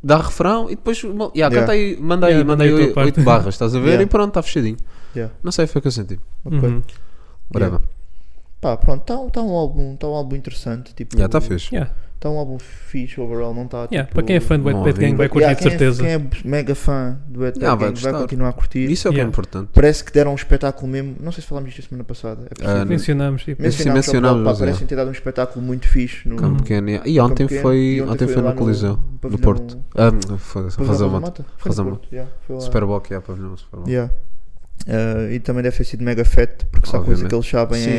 H: dá refrão e depois mal- yeah,
F: Yeah.
H: canta aí, manda aí,
G: Yeah,
H: manda
G: manda aí
H: aí
G: a
H: oito
G: tua
H: oito
G: parte.
H: barras, estás a ver?
F: Yeah.
H: E pronto, está fechadinho.
F: Yeah.
H: Não sei, foi o que eu senti.
F: Ok.
G: Uhum.
H: Whatever.
F: Pá, pronto, está um, tá um, álbum- tá um álbum interessante. Tipo,
H: Yeah, está fixe.
G: Yeah,
F: Tá um álbum fixe overall, não está.
G: yeah, Para quem é fã do Wet
H: não
G: Pet
H: ouvi.
G: Gang vai curtir
F: Yeah,
G: de
F: quem é-
G: certeza.
F: Quem é mega fã do Ed
H: Yeah, vai
F: Gang vai
H: gostar.
F: continuar a curtir.
H: Isso é o que é
G: Yeah.
H: importante.
F: Parece que deram um espetáculo mesmo. Não sei se falámos disto a semana passada. É
H: Ah,
F: possível.
H: não.
G: Mencionamos. tipo,
H: Mas-
F: Mencionámos,
H: sim, mencionámos,
F: pá,
H: mas é.
F: Parecem ter dado um espetáculo muito fixe no
H: Campo
G: Hum.
H: É um pequeno, yeah. E
F: Campo Uhum. É
H: ontem
F: um Pequeno,
H: foi,
F: e
H: ontem foi no
F: lá
H: Coliseu, no
F: pavilhão-
H: Porto. Ah, não, foda-se,
F: pavilhão Rosa
H: Rosa Mota.
F: Mota. Foi no
H: Rosa
F: Porto, yeah, foi lá.
H: Superboc, yeah, pavilhão Superboc.
F: Yeah. Ah, e também deve ter sido mega fat, porque só a coisa
H: Obviamente.
F: que eles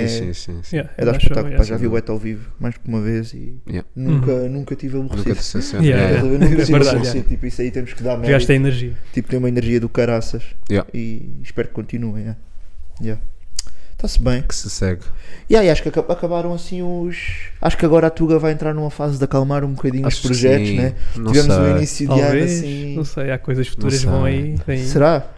F: sabem é,
H: Sim, sim, sim. sim.
G: Yeah,
F: é dar
G: acho-
F: espetáculo.
G: yeah,
F: Pá,
G: sim.
F: já vi o Et ao vivo mais que uma vez e
H: Yeah.
F: nunca, nunca tive
H: Nunca
F: aborrecido.
H: te sensacionei.
G: Uhum. Yeah,
F: Estás a ver?
H: Yeah,
F: Nunca
G: É
F: tive
G: verdade,
F: aborrecido.
G: yeah.
F: Tipo, isso aí temos que dar mérito.
G: Gasta energia.
F: Tipo, tem uma energia do caraças.
H: Yeah.
F: E espero que continuem. yeah. Yeah. Está-se bem.
H: Que se segue.
F: E aí, acho que aca- acabaram assim os. Acho que agora a Tuga vai entrar numa fase de acalmar um bocadinho os
H: Acho que
F: projetos,
H: sim.
F: né?
H: Não
F: Tivemos um
H: sei.
F: início de ano
G: Talvez,
F: assim.
G: não sei, há coisas futuras vão
H: sei.
G: aí. Tem,
F: Será?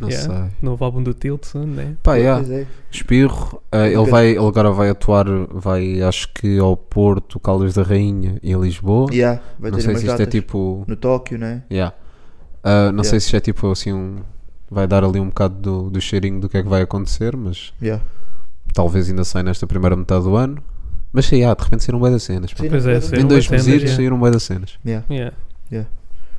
H: Não
G: yeah,
H: sei.
G: Novo álbum do Tilt soon, né?
H: Pá, yeah.
F: Pois é.
H: Espirro, eh, ele,
F: Ah, Ok.
H: vai, ele agora vai atuar, vai acho que ao Porto, Caldas da Rainha e a Lisboa.
F: Yeah, vai
H: não
F: ter
H: sei
F: umas
H: se isto
F: datas
H: é tipo.
F: no Tóquio, né?
H: Yeah. Ah, não
F: Yeah.
H: sei se isto é tipo assim um. Vai dar ali um bocado do, do cheirinho do que é que vai acontecer, mas
F: Yeah.
H: talvez ainda saia nesta primeira metade do ano. Mas sei, ah, de repente saíram bem das cenas. pá.
F: Sim,
G: Pois é,
F: não-
G: sim.
H: Em
G: saíram
H: dois
G: bué das cenas,
H: meses
G: yeah.
H: saíram bem das cenas.
F: Yeah.
G: Yeah.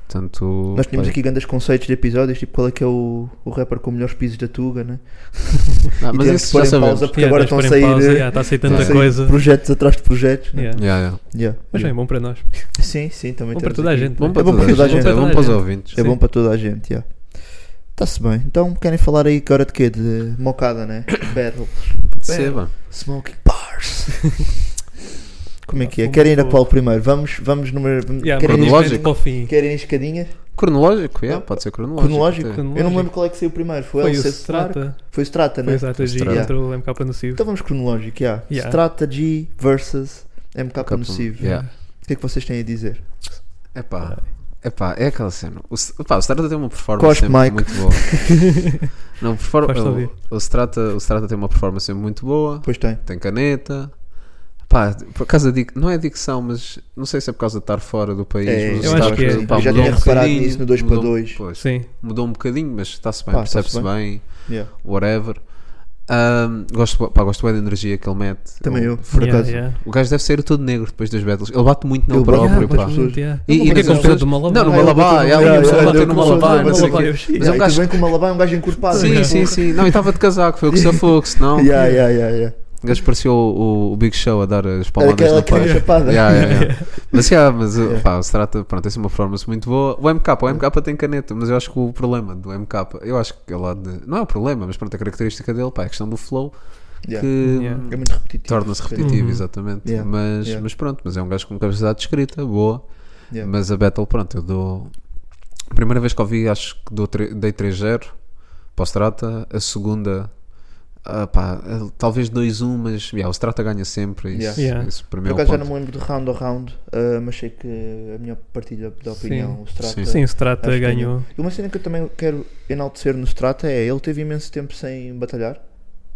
H: Portanto,
F: Nós tínhamos
H: pá,
F: aqui grandes conceitos de episódios, tipo qual é que é o, o rapper com melhores pisos da Tuga, né?
H: ah,
F: e
H: mas
F: tivemos
H: isso
F: que pôr
H: já
F: em pausa
H: sabemos.
F: porque agora estão a sair, eh,
G: Está tá a sair
F: estão a
G: tanta
F: sair
G: coisa.
F: projetos atrás de projetos, né?
G: Yeah.
H: Yeah, yeah.
F: Yeah,
G: Mas bem,
F: yeah.
G: bom para nós.
F: Sim, sim, também
G: Bom para
F: temos
G: toda a
F: aqui.
G: gente.
H: Bom
G: né?
H: para
F: bom
H: toda
F: para toda a gente.
H: É bom para os ouvintes.
F: É
G: Sim.
F: bom para toda a gente, yeah. Está-se bem. Então querem falar aí que hora de quê? De mocada, né? Battle.
H: Perceba.
F: Smoking bars. Como é que é?
G: Fumo
F: Querem ir a
G: fogo.
F: qual primeiro? Vamos, vamos número. vamos-
G: Yeah,
F: querem,
G: mas
F: ir-
H: cronológico?
G: para o fim.
F: querem escadinha?
H: Cronológico, yeah,
F: Não,
H: pode ser cronológico.
F: Cronológico?
H: até.
F: Eu não me lembro qual é que saiu primeiro. Foi,
G: Foi o
F: LC Clark?
G: Strata.
F: Foi o Strata,
G: Foi
F: né?
G: o Strata G
H: Strata.
G: contra o MK Nocivo.
F: Então vamos cronológico, yeah.
G: Yeah.
F: Strategy versus MK
H: Capcom,
F: Nocivo.
H: yeah.
F: O que é que vocês têm a dizer?
H: Epá, epá, é aquela cena. O, S- epá, o Strata tem uma performance
F: Cospe,
H: sempre
F: Mike.
H: muito boa. não, perfor-
G: Faz-te
H: o-
G: ouvir.
H: o, Strata, o Strata tem uma performance sempre muito boa.
F: Pois tem.
H: Tem caneta. Pá, por causa da dic- não é dicção, mas não sei se é por causa de estar fora do país.
F: É,
H: mas
G: eu
H: o
G: acho
H: Strata,
G: que é.
H: pá,
G: Eu já tinha
H: mudou um
F: reparado
H: bocadinho,
F: nisso no dois
H: mudou
F: para
H: um-
F: dois.
H: pois,
G: Sim.
H: mudou um bocadinho, mas está-se bem,
F: Pá, está-se
H: percebe-se bem.
F: Yeah.
H: whatever. Ahm, gosto, bué- pá, gosto bem da energia que ele mete.
F: Também
H: Ele-
F: eu, por
G: Yeah,
F: acaso.
G: yeah.
H: O gajo deve sair todo negro depois das battles. Ele bate muito nele
F: Ele bate-
H: próprio.
F: Ah,
H: pá.
F: bate muito.
G: Muito, yeah.
H: E-
G: E
H: e
G: o que é que ele
H: nas
G: fez
H: pessoas-
G: do Malabar?
H: Não, no
F: Ah, ele
H: Malabar.
F: bateu
H: yeah,
F: no-
H: ele
F: yeah,
H: começou a
F: yeah,
H: bater
F: ele
H: no
F: começou a
H: Malabar.
F: bater
H: não
F: no
H: sei o
G: Malabar,
H: quê.
G: eu-
H: Mas é um
F: Yeah, e
H: gajo-
F: tudo bem com o Malabar é um gajo encurpado.
H: Sim,
F: né?
H: sim, sim. Não, e estava de casaco, foi o que safou, que senão.
F: Yeah, yeah, yeah, yeah.
H: O gajo parecia o, o- o Big Show a dar as
F: Era
H: palmadas
F: aquela
H: na
F: que era
H: paz.
F: chapada.
H: Yeah, yeah, yeah. Mas, yeah, mas uh,
F: Yeah.
H: pá, se trata, pronto, é uma performance muito boa. O MK, o MK tem caneta, mas eu acho que o problema do MK, eu acho que ele há de, não é o problema, mas pronto, a característica dele, pá, é a questão do flow
F: Yeah.
H: que
G: Yeah.
F: É muito repetitivo.
H: torna-se repetitivo,
G: Uhum.
H: exatamente.
F: Yeah,
H: Mas,
F: yeah.
H: mas pronto, mas é um gajo com capacidade de escrita boa.
F: Yeah.
H: Mas a Battle, pronto, eu dou. A primeira vez que ouvi, acho que dou tre- dei 3-0 para o Strata. A segunda, ah, pá, eh, talvez 2-1, mas yeah, o Strata ganha sempre. Isso,
F: Yeah.
G: Yeah.
H: isso para
F: Por
H: mim é o
F: acaso já
H: ponto.
F: não me lembro de round a round, ah, mas sei que a minha partilha da opinião,
G: Sim.
F: o Strata.
G: Sim, o Strata
F: Acho que
G: ganhou.
F: E uma cena que eu também quero enaltecer no Strata é ele teve imenso tempo sem batalhar,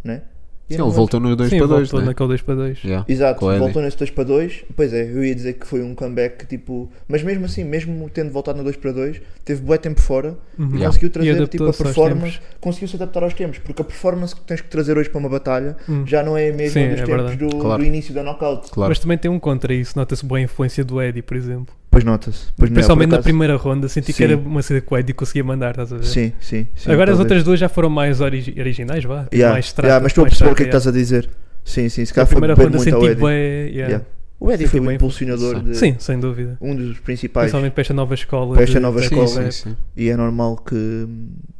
F: né? E eu
H: Sim,
F: não
H: ele
F: lembro-
H: voltou no 2
G: Sim,
H: para 2,
G: voltou
H: né?
G: naquele 2 para 2.
H: Yeah.
F: Exato,
H: com ele.
F: voltou nesse 2 para 2. Pois é, eu ia dizer que foi um comeback que, tipo. Mas mesmo assim, mesmo tendo voltado no 2 para 2, teve bué tempo fora e
H: Yeah.
F: conseguiu
G: Uhum. E
F: trazer tipo, a
G: adaptou-se aos
F: performance.
G: tempos.
F: Conseguiu se adaptar aos tempos, porque a performance que tens que trazer hoje para uma batalha
G: Hum.
F: já não é a mesma
G: Sim,
F: dos
G: é
F: tempos
G: verdade.
F: do,
H: Claro.
F: do início da knockout.
H: Claro.
G: Mas também tem um contra isso, nota-se boa a influência do Eddie, por exemplo.
F: Pois nota-se. Pois não é, por
G: Principalmente na
F: acaso.
G: primeira ronda, senti
F: Sim.
G: que era uma cena que o Eddie conseguia mandar, estás a ver?
F: Sim, sim. sim
G: Agora as
F: talvez.
G: outras duas já foram mais origi- originais, vá. tipo,
F: Yeah,
G: mais
F: yeah,
G: trata,
F: mas estou a
G: mais
F: perceber o que é que
G: trata,
F: estás a dizer. Sim, sim, se
G: yeah.
F: calhar foi
G: primeira
F: bem
G: ronda
F: muito ao
G: senti
F: Eddie.
G: bem. yeah.
F: Yeah. O Eddie
G: Senti
F: foi o
G: bem-
F: impulsionador de
G: Sim, sem dúvida.
F: um dos principais.
G: Principalmente para esta nova escola.
F: Para esta
G: de-
F: nova
G: de-
H: Sim,
F: escola,
H: sim,
G: de-
H: sim.
F: E é normal que.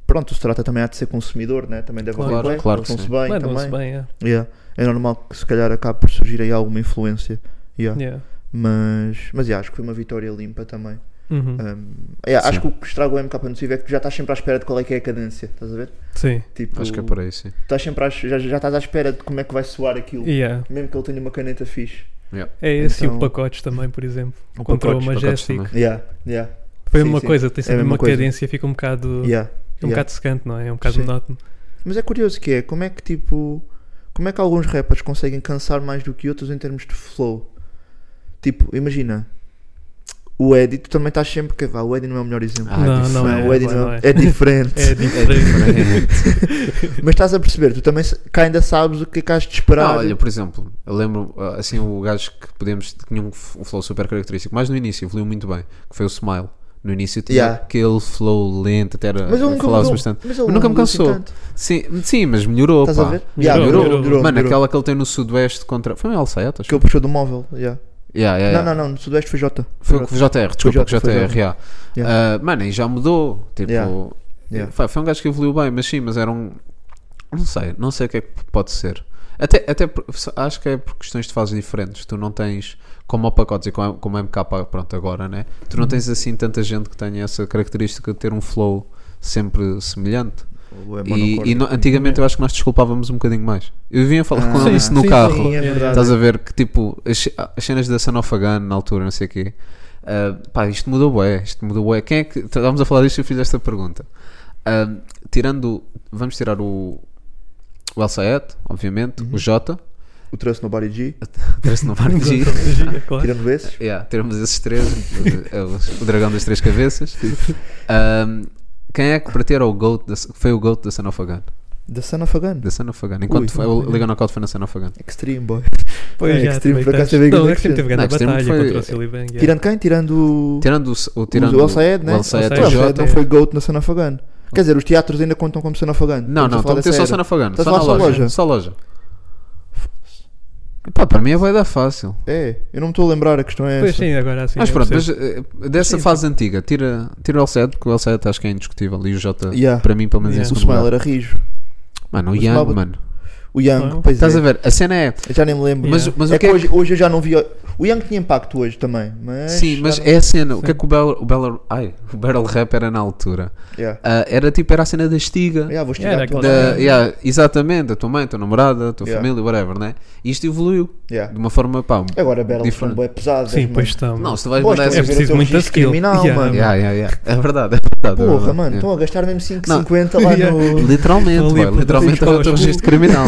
F: Pronto, o Strata também há de ser consumidor, né? também deve
G: Claro,
F: haver bem,
H: claro que
F: se
H: sim.
F: bem
G: Mandam-se
F: também.
G: bem, yeah.
F: Yeah. É normal que se calhar acabe por surgir aí alguma influência. Yeah.
G: Yeah.
F: Mas, mas yeah, acho que foi uma vitória limpa também.
G: Uhum.
F: Um, yeah, acho
H: Sim.
F: que o que estraga o MK no Civ é que já estás sempre à espera de qual é que é a cadência, estás a ver?
G: Sim.
F: Tipo,
H: Acho que é por aí, sim.
F: Estás sempre à, já, já estás à espera de como é que vai soar aquilo,
G: Yeah.
F: mesmo que ele tenha uma caneta fixe.
G: É esse e
F: Então-
G: o Pacotes também, por exemplo.
H: O
G: Contra o
H: Pacotes, Pacotes
G: Majestic.
H: também.
F: Yeah, yeah,
G: Foi
F: Sim,
G: uma
F: sim.
G: coisa, tem sempre
F: a mesma
G: uma
F: coisa.
G: cadência, fica um bocado.
F: yeah.
G: É um
F: yeah.
G: bocado secante, não é? É um bocado
F: Sim.
G: monótono.
F: Mas é curioso que é, como é que tipo, como é que alguns rappers conseguem cansar mais do que outros em termos de flow? Tipo, imagina, o Eddie, tu também estás sempre que vá, o Eddie não é o melhor exemplo.
H: Ah, é
G: não, não,
H: diferente.
G: é,
F: o Eddie
G: não é,
F: não-
G: não é.
F: é diferente.
G: É diferente.
F: Mas estás a perceber, tu também se- cá ainda sabes o que é que has de esperar.
H: Ah, olha, por exemplo, eu lembro ah, assim o gajo que podemos que tinha um, f- um flow super característico, mas no início evoluiu muito bem, que foi o Smile. No início tinha
F: Yeah.
H: aquele flow lento, até era
F: mas ele nunca um-
H: falava
F: mudou.
H: bastante.
F: Mas ele
H: nunca me
F: mudou assim
H: cansou.
F: tanto.
H: Sim, sim, mas melhorou.
F: Estás
H: pá.
F: a ver?
G: Melhorou, melhorou.
H: Mano, aquela que ele tem no Sudoeste contra. Foi um Alceata, acho
F: que ele puxou do móvel. yeah.
H: Yeah, yeah, yeah.
F: Não, não, não, no Sudoeste foi Jota.
H: É, Foi o que- JR, desculpa, que
F: J, foi
H: JR, yeah.
F: Yeah.
H: Ah, Mano, e já mudou. Tipo,
F: Yeah. Yeah.
H: Foi, foi um gajo que evoluiu bem, mas sim, mas era um. Não sei, não sei o que é que pode ser. Até, até por- acho que é por questões de fases diferentes. Tu não tens, como o Pacotes e como como o MK, pronto, agora, né? Tu
F: Uhum.
H: não tens assim tanta gente que tenha essa característica de ter um flow sempre semelhante.
F: Ou é
H: E, e
F: monocórdia.
H: no- antigamente eu acho que nós desculpávamos um bocadinho mais. Eu vinha falar
F: Ah,
H: com ele
G: sim,
H: isso no
G: sim,
H: carro.
F: Sim, é
G: Yeah,
F: verdade.
H: Estás a ver que tipo as, ce- as cenas da Sanofagan na altura, não sei o quê. ah, pá, isto mudou bué, isto mudou bué. Quem é que. Estávamos a falar disto e eu fiz esta pergunta. Ah, tirando. Vamos tirar o. O El Sayed, obviamente,
F: Uhum.
H: o Jota,
F: O trouxe no Body G,
H: parece não vai fingir.
G: Claro.
F: tirando vezes.
H: yeah, termos esses três, o- é o, o dragão das três é cabeças. Ah, quem é que para ter o GOAT da, foi o GOAT da Sanofagan?
F: Da Sana Fagan.
H: Da Sana Fagan. Enquanto
F: Ui.
H: foi, o Liga Knockout foi na Sana Fagan.
F: Extreme, boy.
G: Pois
F: É,
G: já,
F: Extreme,
G: também
F: por acaso,
G: estás-
F: teve grande
G: Não, Extreme teve grande
H: Não, é Extreme
G: batalha
H: foi-
G: contra o Silly Bang. yeah.
F: Tirando quem? Tirando.
H: Tirando o, o, tirando
F: o El Sayed, né?
H: O El Sayed,
G: El
H: o
G: Sayed.
H: Jota.
F: não foi GOAT na Sana Fagan. Quer dizer, os teatros ainda contam como Sana Fagan.
H: Não, não, estou a meter só
F: Sana
H: Sana Fagan.
F: Estás
H: Só
F: a
H: na
F: falar
H: loja.
F: Então só loja?
H: Só loja. Pá, para mim é vai dar fácil.
F: É, eu não me estou a lembrar, a questão é
G: Pois
F: essa.
G: sim, agora assim.
H: mas
G: eu
H: pronto, mas,
G: percebo.
H: eh, dessa
G: Sim,
H: fase antiga, tira, tira o L7, porque o L7 acho que é indiscutível. E o Jota,
F: Yeah.
H: para mim, pelo menos, é
G: Yeah.
H: em
F: O
H: segundo
F: Smile
H: lugar.
F: era rijo.
H: Mano, o
F: o
H: Young,
F: Smile-
H: mano.
F: O Young,
G: Não.
F: pois
H: Estás
F: é.
H: a ver? A cena é.
F: Eu já nem me lembro.
H: Mas,
G: Yeah.
H: mas
F: é
H: o que
F: que
H: é
F: hoje, hoje eu já não vi. O Young tinha impacto hoje também, mas.
H: Sim, mas
F: já
H: é a cena. O que é que o Battle, o Battle, ai, o battle Rap era na altura?
F: não- Yeah.
H: Ah, era tipo, era a cena da estiga.
F: Yeah, vou estigar
G: Era
F: tudo.
G: aquela-
H: Da- yeah, exatamente, da tua mãe, da tua namorada, da tua
F: Yeah.
H: família, whatever, né? E isto evoluiu
F: Yeah.
H: de uma forma, pá.
F: Agora Battle
H: Diferente.
F: Front é pesado.
G: Sim, pois estão.
H: Não, se tu vais
F: Pois,
H: mandar
F: estás a
H: essa.
F: ver
G: preciso
F: o teu
G: muita
F: registro
G: skill.
F: criminal,
G: Yeah.
F: mano.
H: Yeah, yeah, yeah. É verdade, é verdade. é
F: um Porra,
H: verdade.
F: mano, então- estão
H: Yeah.
F: a gastar mesmo
H: Não.
F: 5,50 lá no.
H: Literalmente,
G: Ali
H: boy,
G: por
H: literalmente é
G: trás
H: o teu
G: das
H: registro criminal.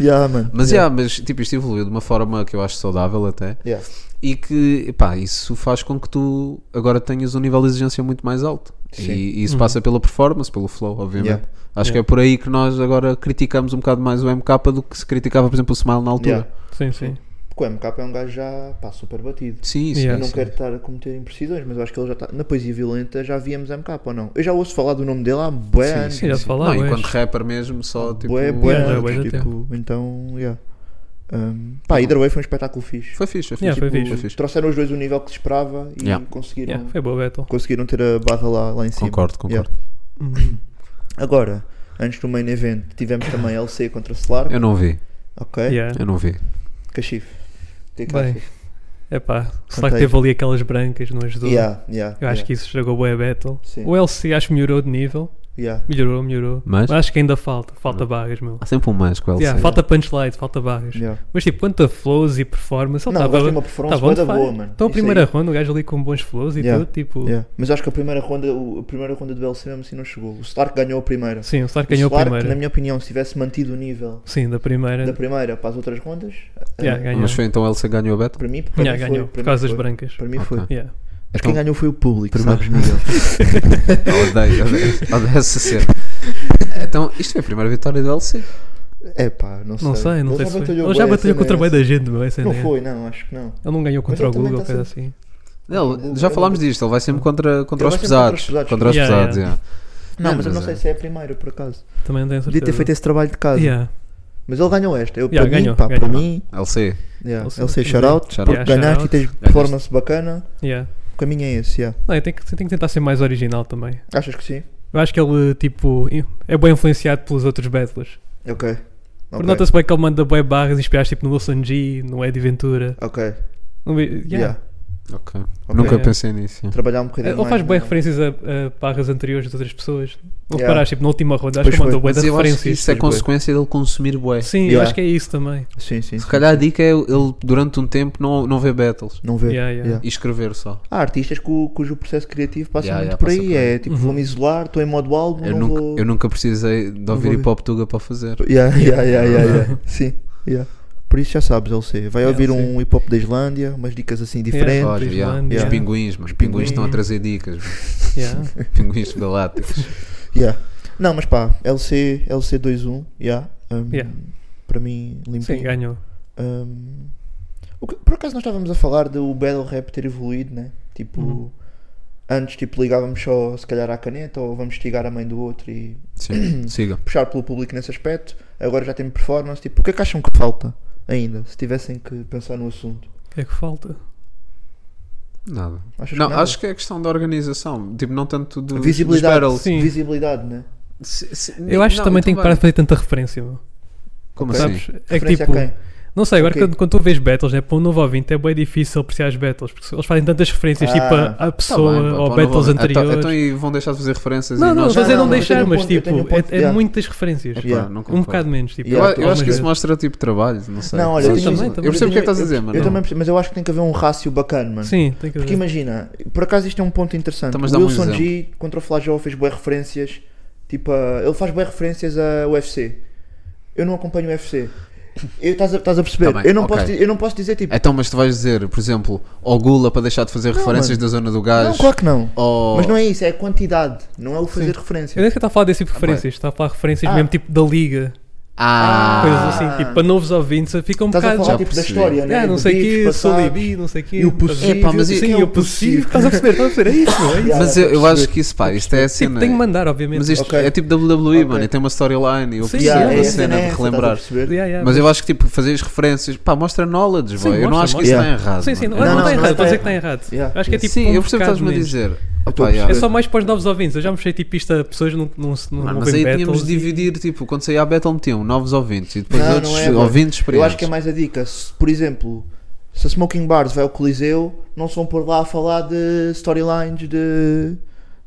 F: Yeah, mano.
H: Mas,
F: Yeah.
H: yeah, mas tipo, isto evoluiu de uma forma que eu acho saudável até.
F: Yeah.
H: E que, pá, isso faz com que tu agora tenhas um nível de exigência muito mais alto.
F: Sim.
H: E
G: Uhum.
H: isso passa pela performance, pelo flow, obviamente.
F: Yeah.
H: Acho que é por aí que nós agora criticamos um bocado mais o MK do que se criticava, por exemplo, o Smile na
F: Yeah.
H: altura.
G: Sim, sim.
F: Porque o MK é um gajo já pá, super batido.
H: Sim, sim.
G: Yeah.
F: Eu não
H: sim.
F: quero estar a cometer imprecisões, mas eu acho que ele já está. Na poesia violenta já víamos MK ou não? Eu já ouço falar do nome dele há bué anos.
G: Sim, já te
H: Não,
G: falava.
H: enquanto
G: és.
H: rapper mesmo, só tipo.
F: bué, bué
G: Yeah, já
F: anos,
G: bué da
F: tipo, então, yeah. Um, pá, Either Way foi um espetáculo fixe.
H: Foi fixe, foi fixe.
G: Yeah, foi
F: Tipo,
G: fixe.
F: Trouxeram os dois o nível que se esperava e
H: Yeah.
F: conseguiram,
G: Yeah, Foi boa battle.
F: conseguiram ter a barra lá, lá em cima.
H: Concordo, concordo.
F: Uhum. Agora, antes do main event, tivemos também LC contra Solar.
H: Eu não vi,
F: Ok,
G: Yeah.
H: eu não vi.
F: Cachife. O que é que
G: Bem,
F: achas?
G: Epá, será
F: Contei.
G: que teve ali aquelas brancas, não ajudou?
F: Yeah, yeah,
G: Eu acho
F: yeah,
G: que isso estragou boa battle.
F: Sim.
G: O LC acho que melhorou de nível.
F: yeah.
G: Melhorou, melhorou.
H: Mas?
G: Mas acho que ainda falta. Falta barras, meu.
H: Há sempre um mais com o LC.
G: Yeah, falta punchline, falta barras.
F: Yeah.
G: Mas tipo, quanto a flows e performance, ele
F: Não, o gajo tem uma
G: estava.
F: performance
G: estava on
F: bué da
G: fire.
F: boa, mano.
G: Então a
F: Isso aí.
G: primeira ronda, o gajo ali com bons flows e
F: Yeah.
G: tudo, tipo.
F: Yeah. Mas acho que a primeira ronda, o- a primeira ronda do LC mesmo assim não chegou. O Stark ganhou a primeira.
G: Sim, o Stark
F: O
G: ganhou a
F: Stark,
G: primeira.
F: na minha opinião, se tivesse mantido o nível
G: Sim, da primeira.
F: da primeira para as outras rondas,
G: Yeah,
F: eh,
G: ganhou.
H: Mas foi então o LC ganhou a Beto?
F: para mim, para
G: Yeah,
F: mim
G: ganhou,
F: foi, para
G: por
F: mim
G: causa das
F: foi.
G: brancas.
F: Para mim
H: Ok.
F: foi.
G: Yeah.
F: Mas quem
H: Então-
F: ganhou foi o público,
H: Primeiro-
F: sabes, Miguel?
H: Eu odeio, odeio, odeio essa cena. Então, isto foi a primeira vitória do LC.
F: É pá, não sei.
G: Não sei, não
F: Ele
G: sei
F: já
G: se foi.
F: batalhou
G: Ele já
F: bué,
G: batalhou
F: a cena
G: contra
F: é
G: o bem
F: essa.
G: da gente, meu. Essa
F: Não
G: é.
F: foi, não, acho que não.
G: Ele não ganhou contra
F: ele
G: o
F: também
G: Google,
F: tá
G: coisa assim.
H: Ele, já
F: Ele-
H: falámos disto, ele vai sempre contra, contra
F: Ele
H: os
F: vai sempre contra
H: pesados.
F: os pesados.
H: Contra os
G: Yeah,
H: pesados, yeah.
F: Não, mas eu não
H: mas
F: sei
H: é.
F: se é a primeira, por acaso.
G: Também não tenho certeza.
F: Podia ter feito esse trabalho de casa.
G: Yeah.
F: Mas ele ganhou esta. Eu,
G: Yeah,
F: para
G: ganhou,
F: mim, pá, para
G: ganhou.
F: mim,
H: LC.
F: yeah,
G: Ele-
F: ele sei
G: ele-
F: shout-out,
H: shout-out.
F: porque
G: Yeah,
F: ganhaste
G: shout-out.
F: e tens performance bacana.
G: Yeah.
F: O caminho é esse, yeah.
G: Não, eu tenho que, eu tenho que tentar ser mais original também.
F: Achas que sim?
G: Eu acho que ele, tipo, in- é bem influenciado pelos outros battlers.
F: Ok.
G: Porque
F: Ok.
G: Nota-se bem que ele manda bem barras inspiradas, tipo, no Wilson G, no Eddie Ventura.
F: Ok.
G: Não vi- yeah.
F: Yeah.
H: Ok.
F: Ok.
H: Nunca
G: Yeah.
H: pensei nisso. yeah.
F: Trabalhar um bocadinho
G: Ele
F: mais.
G: faz bem
F: né?
G: referências a, a barras anteriores de outras pessoas. Não
F: Yeah.
G: reparaste, tipo, na última ronda, acho
F: Pois
G: que ele mandou
F: foi.
G: bem
H: Mas
G: das
H: eu acho que
G: referências.
H: isso é
F: fez bué.
H: consequência dele consumir bué.
G: Sim, eu
F: Yeah.
G: acho que é isso também.
F: Sim, sim.
H: Se
F: sim.
H: calhar a dica é ele, durante um tempo, não, não vê battles
F: Não vê.
G: Yeah, yeah.
F: Yeah.
H: e escrever só.
F: Há artistas cu- cujo processo criativo passa
H: Yeah,
F: muito
H: yeah,
F: por
H: passa
F: aí.
H: por aí.
F: É tipo,
G: Uhum.
F: vou-me isolar, estou em modo álbum,
H: Eu
F: não
H: nunca,
F: vou.
H: eu nunca precisei de ouvir
F: vou ver.
H: hip hop Tuga para fazer.
F: Yeah, yeah, yeah, yeah, yeah. Sim, yeah. Por isso já sabes, LC. Vai
G: Yeah,
F: ouvir
G: sim.
F: um hip hop da Islândia, umas dicas assim diferentes.
H: Olha,
G: Islândia.
H: yeah. Os
F: Yeah.
H: pinguins, mano. Os pinguins estão a trazer dicas. mano.
G: Yeah.
H: pinguins galácticos.
F: Yeah. Não, mas pá, LC, LC 2-1, yeah. Um,
G: Yeah.
F: Para mim,
G: Sim,
F: limpinho.
G: ganhou.
F: Um, o que- por acaso nós estávamos a falar do Battle Rap ter evoluído, né? Tipo,
G: Uhum.
F: antes tipo, ligávamos só se calhar à caneta ou vamos estigar a mãe do outro e
H: Sim, siga.
F: puxar pelo público nesse aspecto. Agora já tem performance. Tipo, o que é que acham que falta ainda? Se tivessem que pensar no assunto.
G: O que é que falta?
H: Nada.
F: Achas
H: Não,
F: que nada?
H: acho que é questão da organização. Tipo, não tanto do
F: Visibilidade,
H: Dos battles.
G: Sim.
F: visibilidade, né?
H: Se- se-
G: Eu acho que
H: não,
G: também tem que
H: então
G: parar de fazer
H: vai.
G: tanta referência, meu.
H: Como
F: Ok.
H: assim?
G: Sabes? É que
F: Referência
G: tipo.
F: a quem?
G: Não sei, agora
F: Ok.
G: quando, quando tu vês battles, né, para um novo ouvinte é bem difícil apreciar as battles, porque eles fazem tantas referências
F: Ah,
G: tipo a- a,
H: Tá
G: pessoa
H: bem, pá,
G: ou
H: pá,
G: battles
H: não vão- então-
G: anteriores.
H: Então, e vão deixar de fazer referências
G: não,
H: e
G: não, mas
H: nós...
G: é
F: Não,
G: não,
F: não, eu
G: deixar,
F: tenho um
G: mas
F: ponto, eu
G: tipo,
F: tenho um
G: é,
F: ponto,
G: é
F: yeah.
G: muitas referências.
H: Epá,
F: Yeah.
H: não concordo.
G: um bocado menos, tipo.
H: Eu,
F: Yeah.
H: eu acho que isso
G: mas-
H: mostra tipo de trabalho, não sei.
F: Não, olha,
G: Sim,
F: eu, tenho,
G: também,
F: eu
G: também.
H: Eu percebo o que é que
F: tenho-
H: estás a dizer, mano.
F: Eu também percebo, mas eu acho que tem que haver um rácio bacana, mano.
G: Sim, tem que
F: Porque
G: ver.
F: imagina, por acaso isto é um ponto interessante.
H: Então, mas
F: o
H: dá-me um
F: Wilson
H: exemplo.
F: G contra o Flagel fez boas referências. Tipo, a- ele faz boas referências a UFC. Eu não acompanho o UFC. Eu- Estás a, estás a perceber?
H: Tá bem,
F: eu, não
H: ok.
F: posso, di- eu não posso dizer tipo.
H: Então, mas tu vais dizer, por exemplo, ao Gula para deixar de fazer referências
F: mano.
H: da zona do gás.
F: Não, claro que não.
H: Ou...
F: Mas não é isso, é a quantidade, não é o fazer
G: Eu
F: referência.
G: nem sequer estava a falar desse tipo de referências, estava a falar de referências
F: Ah.
G: mesmo tipo da liga,
H: Ah,
G: coisas assim, tipo para novos ouvintes, fica um
F: Estás a
G: bocado.
F: falar
H: já
F: tipo da
H: percebi.
F: história, né?
G: Ah, não
F: De
G: sei o
F: bicos
G: que,
F: passados.
G: Salibi, não sei o que.
F: E o possível.
H: Epá, mas
F: o
H: e-
F: que
G: Sim,
F: é
G: o possível. Estás a perceber, estás a perceber, é isso, não é? isso?
F: Yeah,
H: Mas
F: dá
H: eu,
F: pra
H: eu acho
F: perceber.
H: que isso, pá, isto é a cena.
G: Tipo, tenho que mandar, obviamente.
H: Mas isto
F: Ok.
H: é tipo WWE, mano, e tem uma storyline, e eu
G: Sim,
H: preciso
F: Yeah,
G: é
H: da
F: essa
H: cena
F: nessa,
H: de
F: estás a
H: relembrar.
F: perceber?
G: Yeah, yeah,
H: Mas eu acho que, tipo, fazer as referências, pá, mostra knowledge,
G: Sim,
H: boy. Eu não
G: mostra,
H: acho que isso
F: mostra.
H: está errado.
G: Sim, sim, não,
H: mano.
G: não,
F: Não,
G: está
F: não,
G: errado,
F: não
G: estou a dizer que
F: tá
G: não é errado.
F: Yeah.
G: Acho que é tipo.
H: Sim,
G: um
H: eu percebo o que estás-me a
G: bocado menos.
H: dizer.
F: estou a
H: Opa, yeah.
G: É só mais para os novos ouvintes. Eu já mexei tipo isto a pessoas que não, não, não,
H: Mano,
G: não
H: mas aí
G: veem
H: tínhamos
G: battles.
H: de dividir, tipo, quando saía a Battle metiam novos ouvintes e depois
F: Não, não
H: outros
F: é, mano.
H: ouvintes
F: Eu acho que é
H: experientes.
F: mais a dica. Se, por exemplo, se a Smoking Bars vai ao Coliseu, não se vão pôr lá a falar de storylines de,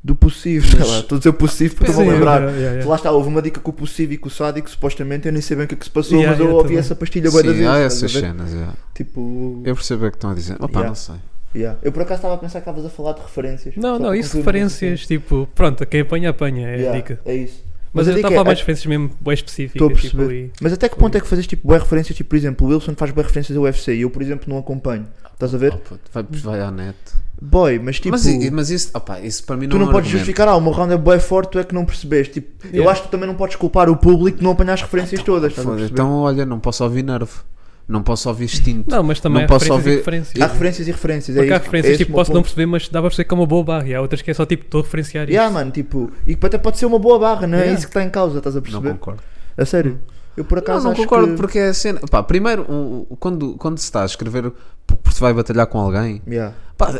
F: do possível. Sei lá, Estou a dizer o possível porque estou a
G: Sim, é,
F: lembrar.
G: yeah, yeah, yeah.
F: Lá está, houve uma dica com o possível e com o sádico, supostamente eu nem sei bem o que é que se passou,
G: Yeah,
F: mas eu
G: yeah,
F: ouvi
G: também. ah,
F: essa pastilha boa da
H: Sim,
F: vez.
H: há
F: estás a
H: essas
F: ver?
H: cenas, yeah.
F: Tipo,
H: Eu percebo o que estão a dizer. Opa,
F: Yeah.
H: não sei.
F: yeah. eu por acaso estava a pensar que estavas a falar de referências.
G: Não,
F: Só
G: não,
F: para
G: isso
F: concluir o meu raciocínio.
G: referências, tipo, pronto, quem apanha, apanha, é a
F: Yeah,
G: dica.
F: É isso.
G: Mas,
F: a
G: eu
F: dica
G: estava a
F: é-
G: falar mais referências mesmo bem
F: Estou a
G: específicas, tipo,
F: perceber.
G: e...
F: Mas até que ponto é que fazes tipo boas referências? Tipo, por exemplo, o Wilson faz boas referências ao UFC e eu, por exemplo, não acompanho. Estás a ver?
H: Oh, puto, vai, vai à net.
F: Boy, mas tipo.
H: mas, i- mas isso, opa, isso para mim não
F: Tu
H: é
F: não
H: um
F: podes
H: argumento.
F: justificar, ah, o meu round é bué forte, tu é que não percebeste. Tipo, Eu
G: Yeah.
F: acho que tu também não podes culpar o público de não apanhar as referências todas. estás a
H: Foda,
F: perceber?
H: Então, olha, não posso ouvir nervo. Não posso ouvir instinto.
G: Não, mas também
H: Não
G: há
H: posso
G: referências e
H: ouvir-
G: referências.
F: há referências e referências.
G: Porque
F: é
G: há
F: isso,
G: referências,
F: é esse o
G: tipo,
F: meu
G: posso não
F: ponto.
G: perceber, mas dá para perceber que é uma boa barra, e há outras que é só, tipo, estou a referenciar
F: Yeah,
G: isso.
F: mano, tipo, e que até pode ser uma boa barra, não é
G: Yeah.
F: isso que está em causa, estás a
H: não
F: perceber?
H: concordo. Hum.
F: a sério. Eu por
H: Não,
F: acaso
H: não
F: acho
H: concordo
F: que...
H: porque é a cena. Pá, primeiro, o- o- quando, quando se está a escrever porque se vai batalhar com alguém,
F: Yeah.
H: pá,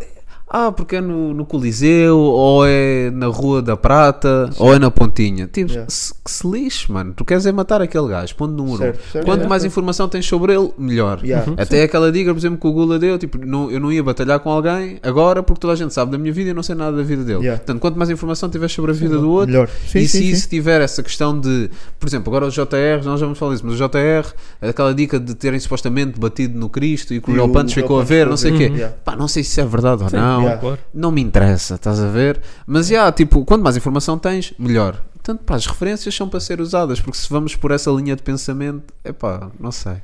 H: ah, porque é no, no Coliseu, ou é na Rua da Prata, ou é na Pontinha. Tipo,
F: Yeah.
H: se, que se lixe, mano. Tu queres é matar aquele gajo, ponto número um.
F: Certo, certo.
H: Quanto
F: Yeah.
H: mais informação tens sobre ele, melhor.
F: Yeah. Uhum.
H: Até aquela diga, por exemplo, que o Gula deu, tipo, não- eu não ia batalhar com alguém agora porque toda a gente sabe da minha vida e eu não sei nada da vida dele.
F: Yeah.
H: Portanto, quanto mais informação tiveres sobre a vida do outro,
F: Melhor. Sim,
H: e
F: sim,
H: se
F: sim.
H: isso tiver essa questão de, por exemplo, agora o JR, nós já vamos falar disso, mas o JR, aquela dica de terem supostamente batido no Cristo e que o
F: E
H: Léo
F: o
H: Pantos
F: Léo
H: ficou a
F: Pantos
H: ver,
F: ficou
H: não
F: a
H: sei o
F: ver.
H: quê.
F: Yeah.
H: Pá, não sei se é verdade ou não.
F: yeah.
G: Claro.
H: Não me interessa, estás a ver? Mas já, tipo, quanto mais informação tens, melhor. Portanto, pá, as referências são para ser usadas, porque se vamos por essa linha de pensamento, é pá, não sei.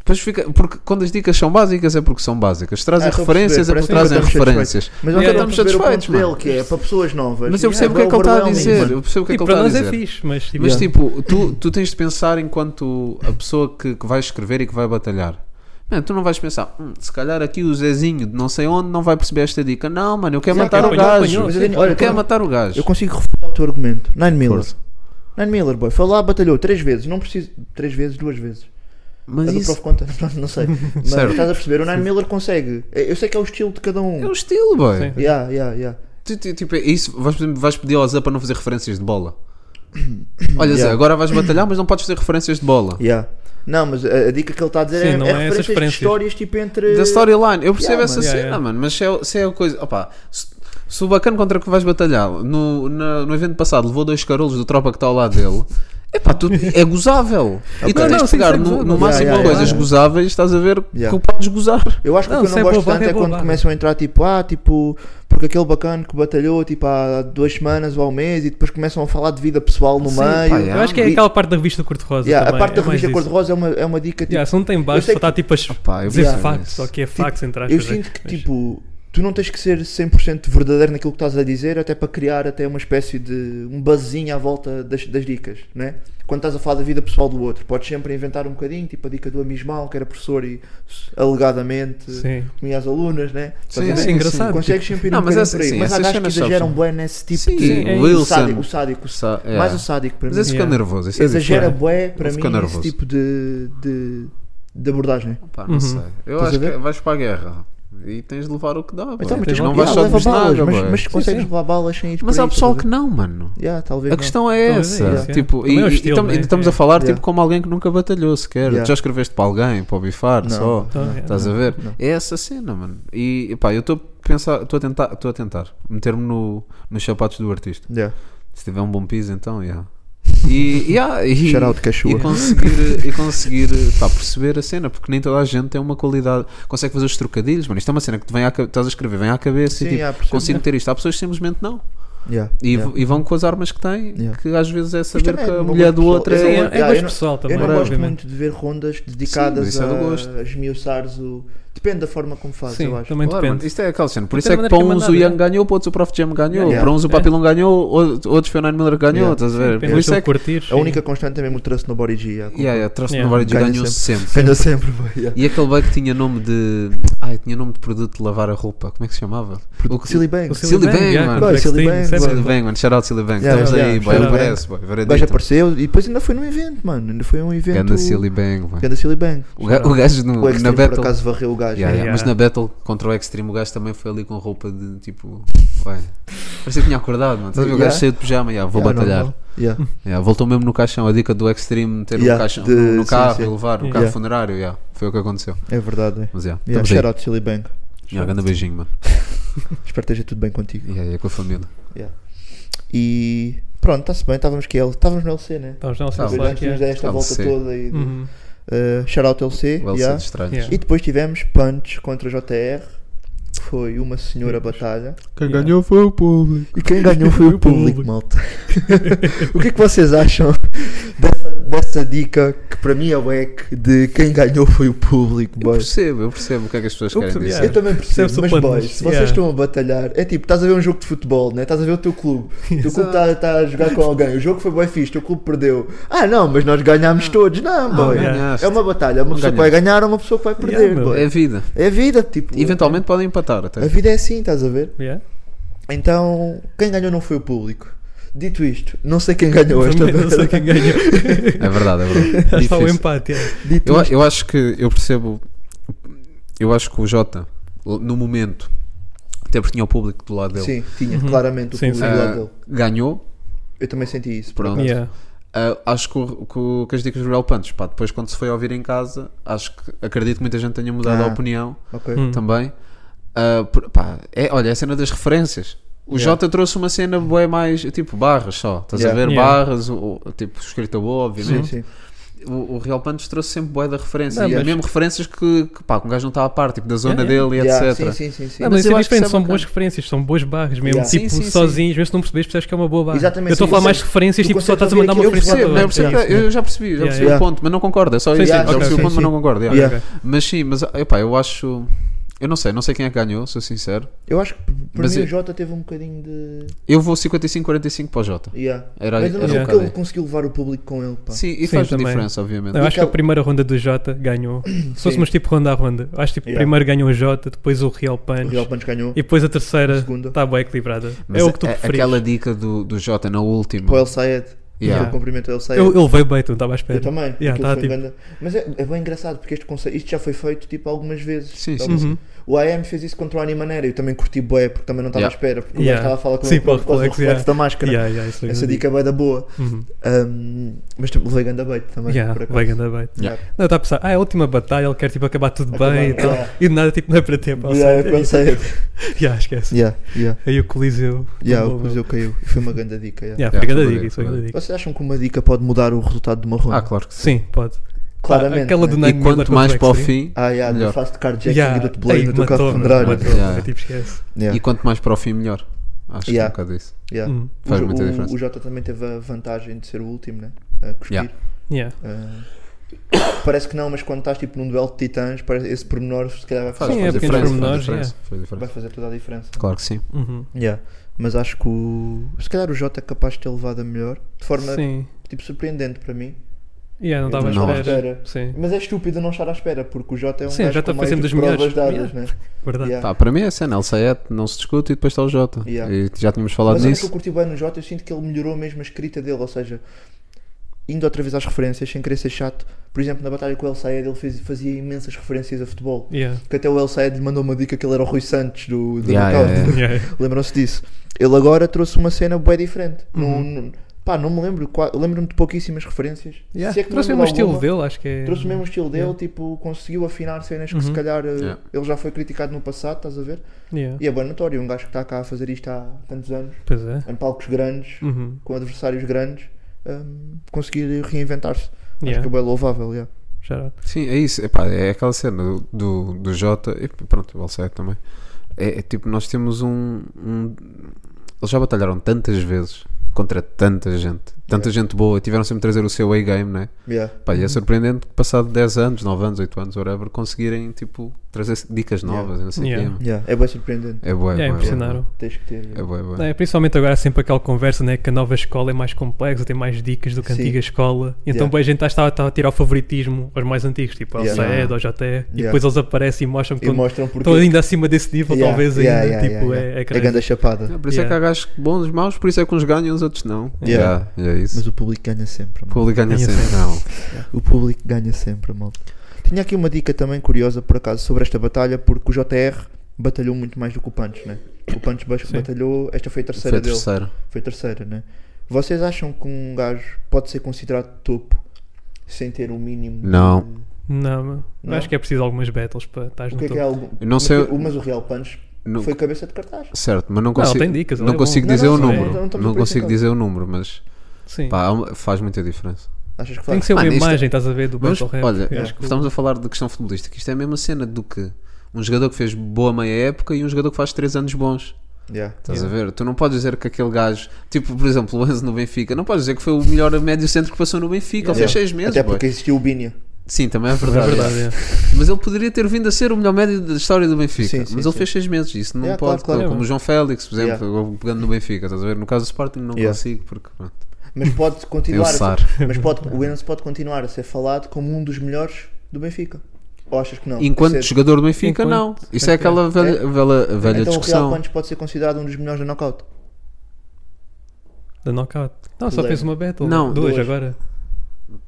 H: Depois fica, porque quando as dicas são básicas é porque são básicas. Se trazem
F: Ah, estou a
H: referências é
F: perceber,
H: porque
F: parece
H: trazem
F: que nunca estamos
H: referências.
F: Mas
H: nunca
F: eu
H: estamos satisfeitos,
F: dele,
H: mano.
F: que é para pessoas novas.
H: Mas
F: Yeah,
H: eu percebo o que é que ele está a
F: overwhelming,
H: dizer.
F: mano.
H: Eu percebo o que é
G: E
H: que ele
G: para
H: está a
G: nós é
H: dizer.
G: fixe, mas, tipo,
H: Mas
G: yeah.
H: tipo, tu, tu tens de pensar enquanto a pessoa que, que vai escrever e que vai batalhar. Mano, tu não vais pensar, "Hum, se calhar aqui o Zezinho de não sei onde não vai perceber esta dica. Não, mano, eu quero
F: Já
H: matar o
G: apanhou,
H: gajo.
G: apanhou,
F: Mas eu
G: sim.
F: tenho-
H: Olha,
F: olha,
H: eu quero
F: então-
H: matar o gajo.
F: Eu consigo refutar o teu argumento. Nine Miller.
H: Força.
F: Nine Miller, boy. Foi lá, batalhou três vezes. Não preciso. Três vezes, duas vezes.
H: Mas
F: a do
H: isso
F: Prof. Conta, não, não sei. Mas
H: Certo.
F: estás a perceber? O Nine Miller consegue. Eu sei que é o estilo de cada um.
H: é o estilo, boy.
G: Sim.
F: Yeah, yeah, yeah.
H: Tu- tu- Tipo, é isso, vais, vais pedir ao Zé para não fazer referências de bola. Olha, Zé,
F: Yeah.
H: agora vais batalhar, mas não podes fazer referências de bola.
F: Yeah. Não, mas a, a dica que ele está a dizer
G: Sim,
F: é,
G: não
F: é
G: é essas
F: referências de
G: referências.
F: histórias tipo entre.
H: Da storyline, eu percebo
F: Yeah,
H: essa
G: mano.
H: cena,
G: Yeah, yeah.
H: mano, mas se é, se é a coisa. Opá, se, se o bacana contra que vais batalhar no, na- no evento passado levou dois carolos do tropa que está ao lado dele. Epá, tu, é gozável. E tu
G: Não,
H: tens
G: não,
H: de
G: sim,
H: pegar
G: sim,
H: no,
G: gozável.
H: no
G: Yeah,
H: máximo
F: yeah,
H: coisas
F: yeah.
H: gozáveis, estás a ver
F: Yeah.
H: que o podes gozar.
F: Eu acho que
G: Não,
F: o que eu
G: se
F: não
G: é boa
F: gosto tanto
G: barra,
F: é,
G: é boa
F: quando
G: barra.
F: começam a entrar tipo, ah, tipo, porque aquele bacana que batalhou tipo há duas semanas ou há um mês e depois começam a falar de vida pessoal no
H: Sim, pá,
F: meio.
H: yeah.
G: Eu acho que é
F: E-
G: aquela parte da revista cor-de-rosa
F: Yeah, a
G: também,
F: parte da
G: é mais
F: revista
G: isso.
F: cor-de-rosa é uma, é uma dica tipo,
G: Yeah, se não tem
F: Eu
G: baixo,
F: sei
G: só está tipo a ch-
H: Opa, eu
G: dizer
H: percebo
G: facts,
H: isso.
G: só que é
F: Tipo,
G: facts entre
F: Eu
G: aspas. é.
F: sinto que,
G: Mas-
F: tipo, tu não tens que ser 100% verdadeiro naquilo que estás a dizer, até para criar até uma espécie de um buzzinho à volta das, das dicas, né? Quando estás a falar da vida pessoal do outro, podes sempre inventar um bocadinho, tipo a dica do Amismal, que era professor e alegadamente
G: Sim. é
F: comia as alunas, né? Estás
H: Sim,
F: a ver?
H: sim,
G: engraçado. tipo-
H: sim.
F: Consegues sempre ir
H: Não,
F: um
H: mas
F: bocadinho
H: essa-
F: por aí.
H: sim,
F: mas há
H: essas
F: gajos que
H: cenas são-
F: exageram bué nesse tipo
H: Sim,
F: de...
G: é
H: Wilson.
F: O sádico, o sádico.
H: Sa- yeah.
F: Mais o sádico para
H: Mas
F: mim.
H: esse fica
G: Yeah.
H: nervoso. Isso é
F: Exagera
H: diferente.
F: bué para
H: Ele
F: mim
H: fica nervoso.
F: esse tipo de, de, de abordagem.
H: Pá, não
G: Uhum.
H: sei. Eu
F: Estás a
H: acho que
F: ver?
H: vais para a guerra e tens de levar o que dá. boy.
F: Então, mas
G: tens-
H: Tens- não
G: yeah,
H: vais
F: Ah,
H: só
F: leva
H: de
F: balas,
H: nada,
F: mas,
H: boy.
F: mas consegues
G: sim.
F: levar balas sem ir por
H: Mas
F: aí,
H: há pessoal que
F: estás
H: não, mano.
F: a ver? Yeah, talvez
H: A
F: não.
H: questão é
F: então,
G: Talvez é
H: essa.
G: isso, é.
H: Tipo, e,
G: Também é o
H: e
G: estilo,
H: tam-
G: né?
H: e estamos a falar tipo
F: Yeah.
H: como alguém que nunca batalhou sequer.
F: Yeah.
H: Tu já escreveste para alguém, para o bifar,
F: Não.
H: só.
G: Então, é,
H: Estás a ver?
F: Não.
H: É essa cena, mano. E pá, eu estou a pensar, estou a tentar, estou a tentar meter-me no, nos sapatos do artista.
F: Yeah.
H: Se tiver um bom piso, então, yeah. E, yeah, e,
F: Shout out Cachua.
H: e conseguir, e conseguir pá, perceber a cena, porque nem toda a gente tem uma qualidade, consegue fazer os trocadilhos, mano. Isto é uma cena que te vem à, ca- estás a escrever, vem à cabeça
F: Sim,
H: e tipo,
F: yeah, percebo.
H: consigo ter isto. Há pessoas que simplesmente não.
F: Yeah,
H: E,
F: yeah.
H: e vão com as armas que têm,
F: Yeah.
H: que às vezes é saber
F: também é
H: que a
F: uma boa
H: mulher do
F: pessoa.
H: outro
F: É,
H: é.
G: é,
F: eu-
G: é
F: yeah,
G: gosto
F: eu não-
G: pessoal também,
F: Eu não gosto
G: obviamente.
F: muito de ver rondas dedicadas
H: isso é do gosto.
F: a, a esmiuçares o. Depende da forma como fazes,
G: Sim,
F: eu acho.
G: também
H: Claro, mano,
G: depende.
H: isto é aquela cena. Por
G: Depende
H: isso é
G: da
H: que
G: maneira
H: para
G: que é
H: uns o
G: mandado,
H: Young
G: né?
H: ganhou, para outros o Prof Jam ganhou,
F: Yeah.
H: para uns o
G: É.
H: Papilon ganhou, outros outros foi o Nine Miller ganhou,
F: Yeah.
H: estás a ver?
G: Depende
H: Por isso
G: do
H: é
G: que
H: que.
G: curtires.
F: A única constante é mesmo o traço no body G. yeah.
H: Yeah, yeah, Trust
G: Yeah.
H: Nobody
F: Ganha
H: ganhou sempre.
F: Ainda sempre, boy, yeah.
H: E aquele bug que tinha nome de. Ai, tinha nome de produto de lavar a roupa. Como é que se chamava? O que-
F: Silly
G: O
F: Bang.
H: Silly Bang,
G: yeah,
H: mano.
G: com
F: Vai,
G: Drag
F: Silly
G: Steam,
F: Bang,
G: sempre.
H: Silly Bang, mano. Shout out Silly Bang.
F: Yeah,
H: Estamos
F: yeah,
H: aí, boy.
F: shout out.
H: Aparece, boy.
F: O gajo é
H: Veredito.
F: apareceu e depois ainda foi num evento, mano. Ainda foi um evento.
H: Ganda Silly Bang, mano.
F: Ganda Silly Bang.
H: O ga- o gajo no-
F: O
H: na
F: Extreme por
H: Battle.
F: acaso varreu o gajo.
H: Yeah,
F: yeah.
H: yeah, Mas
G: Yeah.
H: na Battle contra o Extreme, o gajo também foi ali com roupa de tipo. Ué, parecia que tinha acordado, mano. Estás a ver? O
F: Yeah.
H: gajo saiu de pijama, yeah, vou
F: Yeah,
H: batalhar.
F: normal. Yeah.
H: Yeah, voltou mesmo no caixão. A dica do Extreme meter o
F: Yeah,
H: caixão
F: de-
H: no, no
F: sim,
H: carro
F: sim.
H: e levar o
G: Yeah.
H: carro
F: Yeah.
H: funerário. Yeah, foi o que aconteceu.
F: É verdade. é.
H: Mas yeah,
F: Yeah,
H: estamos
F: shout
H: aí.
F: out Silly Bang.
H: Yeah, grande beijinho, mano.
F: Espero que esteja tudo bem contigo.
H: Yeah, yeah, com a família.
F: E pronto, está-se bem. Estávamos que ele. Estávamos no LC, né?
G: Então, já não sei
H: Tá
F: Depois
G: se lá
F: nós
H: bem.
G: que
F: tínhamos
G: é.
F: dado esta volta
H: LC.
F: toda e.
G: Uhum.
F: Uh, shout out LC.
H: O LC
F: yeah.
H: de estranhos.
G: Yeah.
F: E depois tivemos Punch contra JR. que Foi uma senhora batalha.
H: Quem
G: Yeah.
H: ganhou foi o público.
F: E quem ganhou foi o público, malta. o que é que vocês acham dessa, dessa dica que para mim é o ec de quem ganhou foi o público,
H: Eu
F: boy?
H: percebo, eu percebo o que é que as pessoas
G: Eu
H: querem
G: percebo,
H: dizer.
G: yeah.
F: Eu também percebo,
G: Percebe-se o
F: mas
G: ponto,
F: boys,
G: mas-
F: se vocês
G: yeah.
F: estão a batalhar, é tipo, estás a ver um jogo de futebol, né? estás a ver o teu clube, o teu clube está a jogar com alguém, o jogo foi bem fixe, o teu clube perdeu. Ah não, mas nós ganhámos todos, não, boy.
G: Ah. yeah.
H: Ganhaste.
F: É uma batalha, uma
H: Não
F: pessoa que vai ganhar, uma pessoa que vai perder,
G: meu.
F: boy.
H: É vida.
F: É a vida, tipo.
H: Eventualmente podem empatar
F: A
H: até.
F: vida é assim, estás a ver?
G: Yeah.
F: Então, quem ganhou não foi o público. Dito isto, não sei quem ganhou esta
G: Também não sei
F: vez.
G: quem ganhou.
H: É verdade, é verdade.
G: Está o
H: Difícil.
G: empate. yeah.
F: Dito
H: Eu, a-
F: isto,
H: eu acho que eu percebo. Eu acho que o Jota, l- no momento, até porque tinha o público do lado dele,
F: sim, tinha claramente o
G: Uhum. Sim,
F: público
H: ah,
F: do lado dele.
H: ganhou.
F: Eu também senti isso. por
H: Pronto.
F: acaso.
G: Yeah.
H: Ah, acho que, o- que o- que as dicas do Real Punch, pá, depois quando se foi ouvir em casa, acho que acredito que muita gente tenha mudado
F: Ah.
H: a opinião
F: Ok.
G: Hum.
H: também. Ah, por- pá, é, olha, a cena das referências. O
F: Yeah.
H: Jota trouxe uma cena boa mais tipo barras só, estás
F: Yeah.
H: a ver?
G: Yeah.
H: Barras, o- o- tipo escrita boa,
F: Sim,
H: obviamente.
F: sim.
H: o, o Real Punch trouxe sempre boa da referência.
G: Não,
H: e
G: mas-
H: mesmo referências que, que, pá, que um gajo não está à par, tipo da zona
G: Yeah, yeah.
H: dele e
F: Yeah,
H: etc.
F: sim, sim, sim, sim.
G: Não, mas,
H: eu
G: isso é
H: acho que isso
G: diferente,
H: é
G: são
H: bacana.
G: boas referências, são boas barras mesmo,
F: Yeah.
G: tipo,
H: Sim, sim, sim.
G: sozinhos, mesmo se não percebes, percebes que é uma boa barra.
F: Exatamente,
G: eu estou a
F: sim,
G: falar
F: sim.
G: mais de referências,
F: Tu
G: tipo, só
F: consegues
G: estás a mandar uma
F: ouvir aquilo,
G: referência
H: Percebo,
G: para
H: eu, percebo,
G: outra.
H: eu já percebi, já
G: Yeah,
H: percebi
F: yeah.
H: o ponto, mas não concordo, é só
G: Sim,
H: isso.
G: sim,
H: já
G: ok,
H: percebi
F: sim,
H: o ponto, mas
F: sim.
H: não concordo. yeah.
F: Yeah.
H: Mas sim, mas epá, eu acho. Eu não sei, não sei quem é que ganhou, sou sincero.
F: Eu acho que por
H: Mas
F: mim
H: eu-
F: o Jota teve um bocadinho de.
H: Eu vou 55-45 para o Jota.
F: Yeah.
H: Era-
F: mas eu não sei
H: era
G: um
F: porque
H: bocado
F: ele
H: aí.
F: conseguiu levar o público com ele. Pá.
H: Sim, e
G: Sim,
H: faz
G: também.
H: diferença, obviamente.
G: Eu acho que a
F: aquele-
G: primeira ronda do Jota ganhou. Se fosse
F: Sim.
G: mas tipo ronda a ronda, eu acho que tipo,
F: Yeah.
G: primeiro ganhou o Jota, depois o Real Punch,
F: O Real Punch ganhou.
G: e tá. depois a terceira
F: Segunda.
G: está bem equilibrada.
H: Mas
G: É o que tu
H: a-
G: preferes.
H: Aquela dica do, do Jota na última.
F: Para o El Sayed.
H: Yeah.
F: Eu cumprimento o El Sayed.
G: Eu, eu levei bem, tu não estava à espera.
F: Eu também.
G: Yeah, tá,
F: Aquilo foi um
G: tipo-
F: grande- Mas é, é bem engraçado porque este conceito, isto já foi feito tipo algumas vezes.
H: Sim,
F: Então,
H: sim, sim.
G: Uhum.
F: O AM fez isso contra o Animanera. Eu também curti bué porque também não estava à
H: Yeah.
F: espera. Porque
G: Yeah.
F: o gajo estava a falar com
G: Sim,
F: ele
G: para o
F: por causa do
G: reflexo,
F: reflexo
G: yeah.
F: da máscara.
G: Yeah, yeah, isso é
F: Essa
G: grande.
F: dica é bué da boa.
G: Uhum.
F: Um, mas tipo, levei ganda bait também.
G: Yeah,
F: por acaso.
G: vai ganda bem.
H: Yeah.
G: Não, está a pensar, ah, é a última batalha, ele quer tipo acabar tudo
F: Acabar,
G: bem e tal.
F: yeah.
G: E de nada, tipo, não é para tempo. ou
F: Yeah,
G: seja,
F: eu pensei.
G: yeah, esquece.
F: yeah, yeah,
G: Aí o Coliseu.
F: yeah,
G: tombou,
F: o Coliseu caiu. Foi uma ganda dica. yeah.
G: Yeah, foi
H: Yeah,
G: grande
H: foi
G: dica,
H: bem,
G: isso foi
H: foi
G: grande dica.
F: Vocês acham que uma dica pode mudar o resultado de uma ronda?
H: Ah, claro que sim.
G: Sim, pode. Ah,
F: Claramente.
G: Aquela do
F: né?
G: Nine
H: E
G: Miller
H: quanto mais para
G: contra
H: o
G: o Extreme.
H: fim,
F: Ah, yeah,
H: melhor.
F: do fast carjacking
G: Yeah,
F: e do play
G: aí
F: no teu carro
G: matou-me,
F: funerário.
G: matou-me,
H: Yeah.
G: tipo, esquece.
F: Yeah,
H: e quanto mais para o fim, melhor. Acho que é um
F: Yeah.
H: bocado isso.
F: yeah.
G: Hum,
H: Faz
F: o,
H: muita
F: o-
H: diferença.
F: o Jota também teve a vantagem de ser o último, né? A cuspir.
H: Yeah.
G: yeah.
F: Ah, parece que não, mas quando estás tipo num duelo de titãs, parece, esse pormenor se calhar vai
H: Faz,
F: fazer,
G: Sim,
H: faz
G: é pequenos
H: diferença, faz
G: pormenores,
H: diferença, faz diferença.
F: vai fazer toda a diferença.
H: Claro que sim.
G: Uhum.
F: Yeah. Mas acho que o. Se calhar o Jota é capaz de ter levado a melhor, de forma
G: Sim.
F: tipo surpreendente para mim.
G: Yeah, não
F: Eu
G: estava
H: não
G: à
F: estava à
G: espera.
F: espera.
G: Sim,
F: Mas é estúpido não estar à espera, porque o Jota é um
G: Sim,
F: gajo
G: já está
F: com mais
G: fazendo dos
F: provas
G: melhores.
F: dadas,
G: Yeah.
F: né?
G: verdade.
F: Yeah.
H: Pá, para mim é cena, LCET não se discute e depois está o Jota.
F: Yeah.
H: E já tínhamos falado
F: Mas é que eu
H: nisso.
F: curti bem no Jota, eu sinto que ele melhorou mesmo a escrita dele, ou seja, indo outra vez às referências, sem querer ser chato. Por exemplo, na batalha com o El Sayed, ele fez- fazia imensas referências a futebol.
G: Yeah.
F: Que até o El Sayed lhe mandou uma dica que ele era o Rui Santos do, do
H: Yeah,
F: Knockout.
H: yeah,
G: Yeah.
F: Lembram-se disso. Ele agora trouxe uma cena bem diferente.
G: Uhum.
F: Não, não- pá, não me lembro. qua- Lembro-me de pouquíssimas referências.
G: Yeah.
F: Se é que me
G: Trouxe mesmo
F: lembro
G: o
F: de
G: estilo
F: alguma,
G: dele, acho que é.
F: Trouxe mesmo o estilo dele,
G: Yeah.
F: tipo, conseguiu afinar cenas que
G: Uhum.
F: se calhar eh,
H: Yeah.
F: ele já foi criticado no passado, estás a ver?
G: Yeah.
F: E é bem notório, um gajo que está cá a fazer isto há tantos anos,
G: Pois é.
F: em palcos grandes,
G: Uhum.
F: com adversários grandes, hum, conseguir reinventar-se. Acho
G: Yeah.
F: que é bem louvável, yeah.
G: Shout out.
H: Sim, é isso. Epá, é aquela cena do, do, do Jota e pronto, o LCET também. É, é tipo, nós temos um, um, Eles já batalharam tantas vezes contra tanta gente, tanta gente boa, tiveram sempre de trazer o seu A-game, né?
F: Yeah.
H: Pá, e é surpreendente que passado 10 anos, 9 anos, 8 anos, whatever, conseguirem tipo trazer dicas novas, e não sei o
G: Yeah.
H: quê. mano.
F: Yeah. É bem surpreendente.
H: É boa, é
G: É,
H: bué, é bué.
G: impressionaram.
F: Tens que ter.
H: É boa, é bué.
G: É, principalmente agora há sempre aquela conversa né, que a nova escola é mais complexa, tem mais dicas do que a
F: Sim.
G: antiga escola. Então
F: Yeah.
G: bem, a gente está, está a tirar o favoritismo aos mais antigos, tipo ao
F: Yeah.
G: CED, ao JTE, e
F: Yeah.
G: depois eles aparecem e mostram que
F: E
G: estão,
F: mostram porque.
G: estão ainda acima desse nível, tipo,
F: Yeah,
G: talvez
F: yeah,
G: ainda.
F: yeah,
G: tipo,
F: yeah,
G: é, é
F: yeah.
G: crazy.
F: grande chapada.
H: É, por isso é que há gajos bons e maus, por isso é que uns ganham e os outros não.
F: Yeah.
H: Yeah, é isso.
F: Mas o público ganha sempre.
H: O
F: mano.
H: público ganha
G: Ganha
H: sempre.
G: sempre.
H: Não.
F: O público ganha sempre, malta. Tinha aqui uma dica também curiosa, por acaso, sobre esta batalha, porque o JR batalhou muito mais do que o Punch, né? O Punch bas-
G: Sim.
F: batalhou, esta foi a
H: Foi
F: terceira
H: a
F: dele.
H: terceira.
F: Foi a terceira, né? Vocês acham que um gajo pode ser considerado topo sem ter o mínimo? de-
H: Não.
G: Não, mano.
F: Não?
G: acho que é preciso algumas battles para estar
F: O
G: no
F: que é que
G: topo.
F: é algo?
H: Eu não sei-
F: Mas, o- mas o Real Punch
H: Não-
F: foi cabeça de cartaz.
H: Certo, mas não
G: Não,
H: consigo,
G: tem dicas, ele
H: não
G: é bom.
H: consigo
F: Não,
H: dizer
F: não,
H: o
F: não,
H: número.
F: não, não
H: Não,
F: estamos por isso
H: consigo
F: em causa.
H: dizer o número, mas
F: é?
G: Sim.
H: pá, há uma- faz muita diferença.
F: Achas
G: Tem
F: que faz?
G: que ser uma
H: Mano, isto é-
G: imagem, estás a ver, do
H: Mas,
G: Battle Rap.
H: olha,
G: Eu acho que- é
H: estamos a falar de questão futebolística. Isto é a mesma cena do que um jogador que fez boa meia época e um jogador que faz 3 anos bons.
F: Yeah.
H: Estás a ver? Tu não podes dizer que aquele gajo, tipo, por exemplo, o Enzo no Benfica, não podes dizer que foi o melhor médio centro que passou no Benfica. Ele
F: Yeah.
H: fez 6 meses.
F: Até
H: boy.
F: porque existiu o Binia.
H: Sim, também é
G: É
H: verdade.
G: verdade, é.
H: Mas ele poderia ter vindo a ser o melhor médio da história do Benfica.
F: Sim, sim,
H: mas ele
F: sim.
H: fez 6 meses, isso não
F: Yeah,
H: pode.
F: claro, claro.
G: Yeah.
H: como o João Félix, por exemplo,
F: Yeah.
H: eu pegando no Benfica, estás a ver? No caso do Sporting, não
F: Yeah. então.
H: consigo, porque pronto.
F: Mas pode
H: Eu
F: continuar. a
H: sar.
F: ser- mas pode, o Enzo pode continuar a ser falado como um dos melhores do Benfica. Ou achas que não?
H: Enquanto
F: Ser-
H: jogador do Benfica,
G: Enquanto-
H: não. Isso é aquela velha, velha, velha
F: então o Real
H: discussão.
F: Punch pode ser considerado um dos melhores da knockout.
G: Da Knockout. Não, só
F: Lembro.
G: fez uma battle.
H: Não,
G: duas,
F: duas.
G: agora.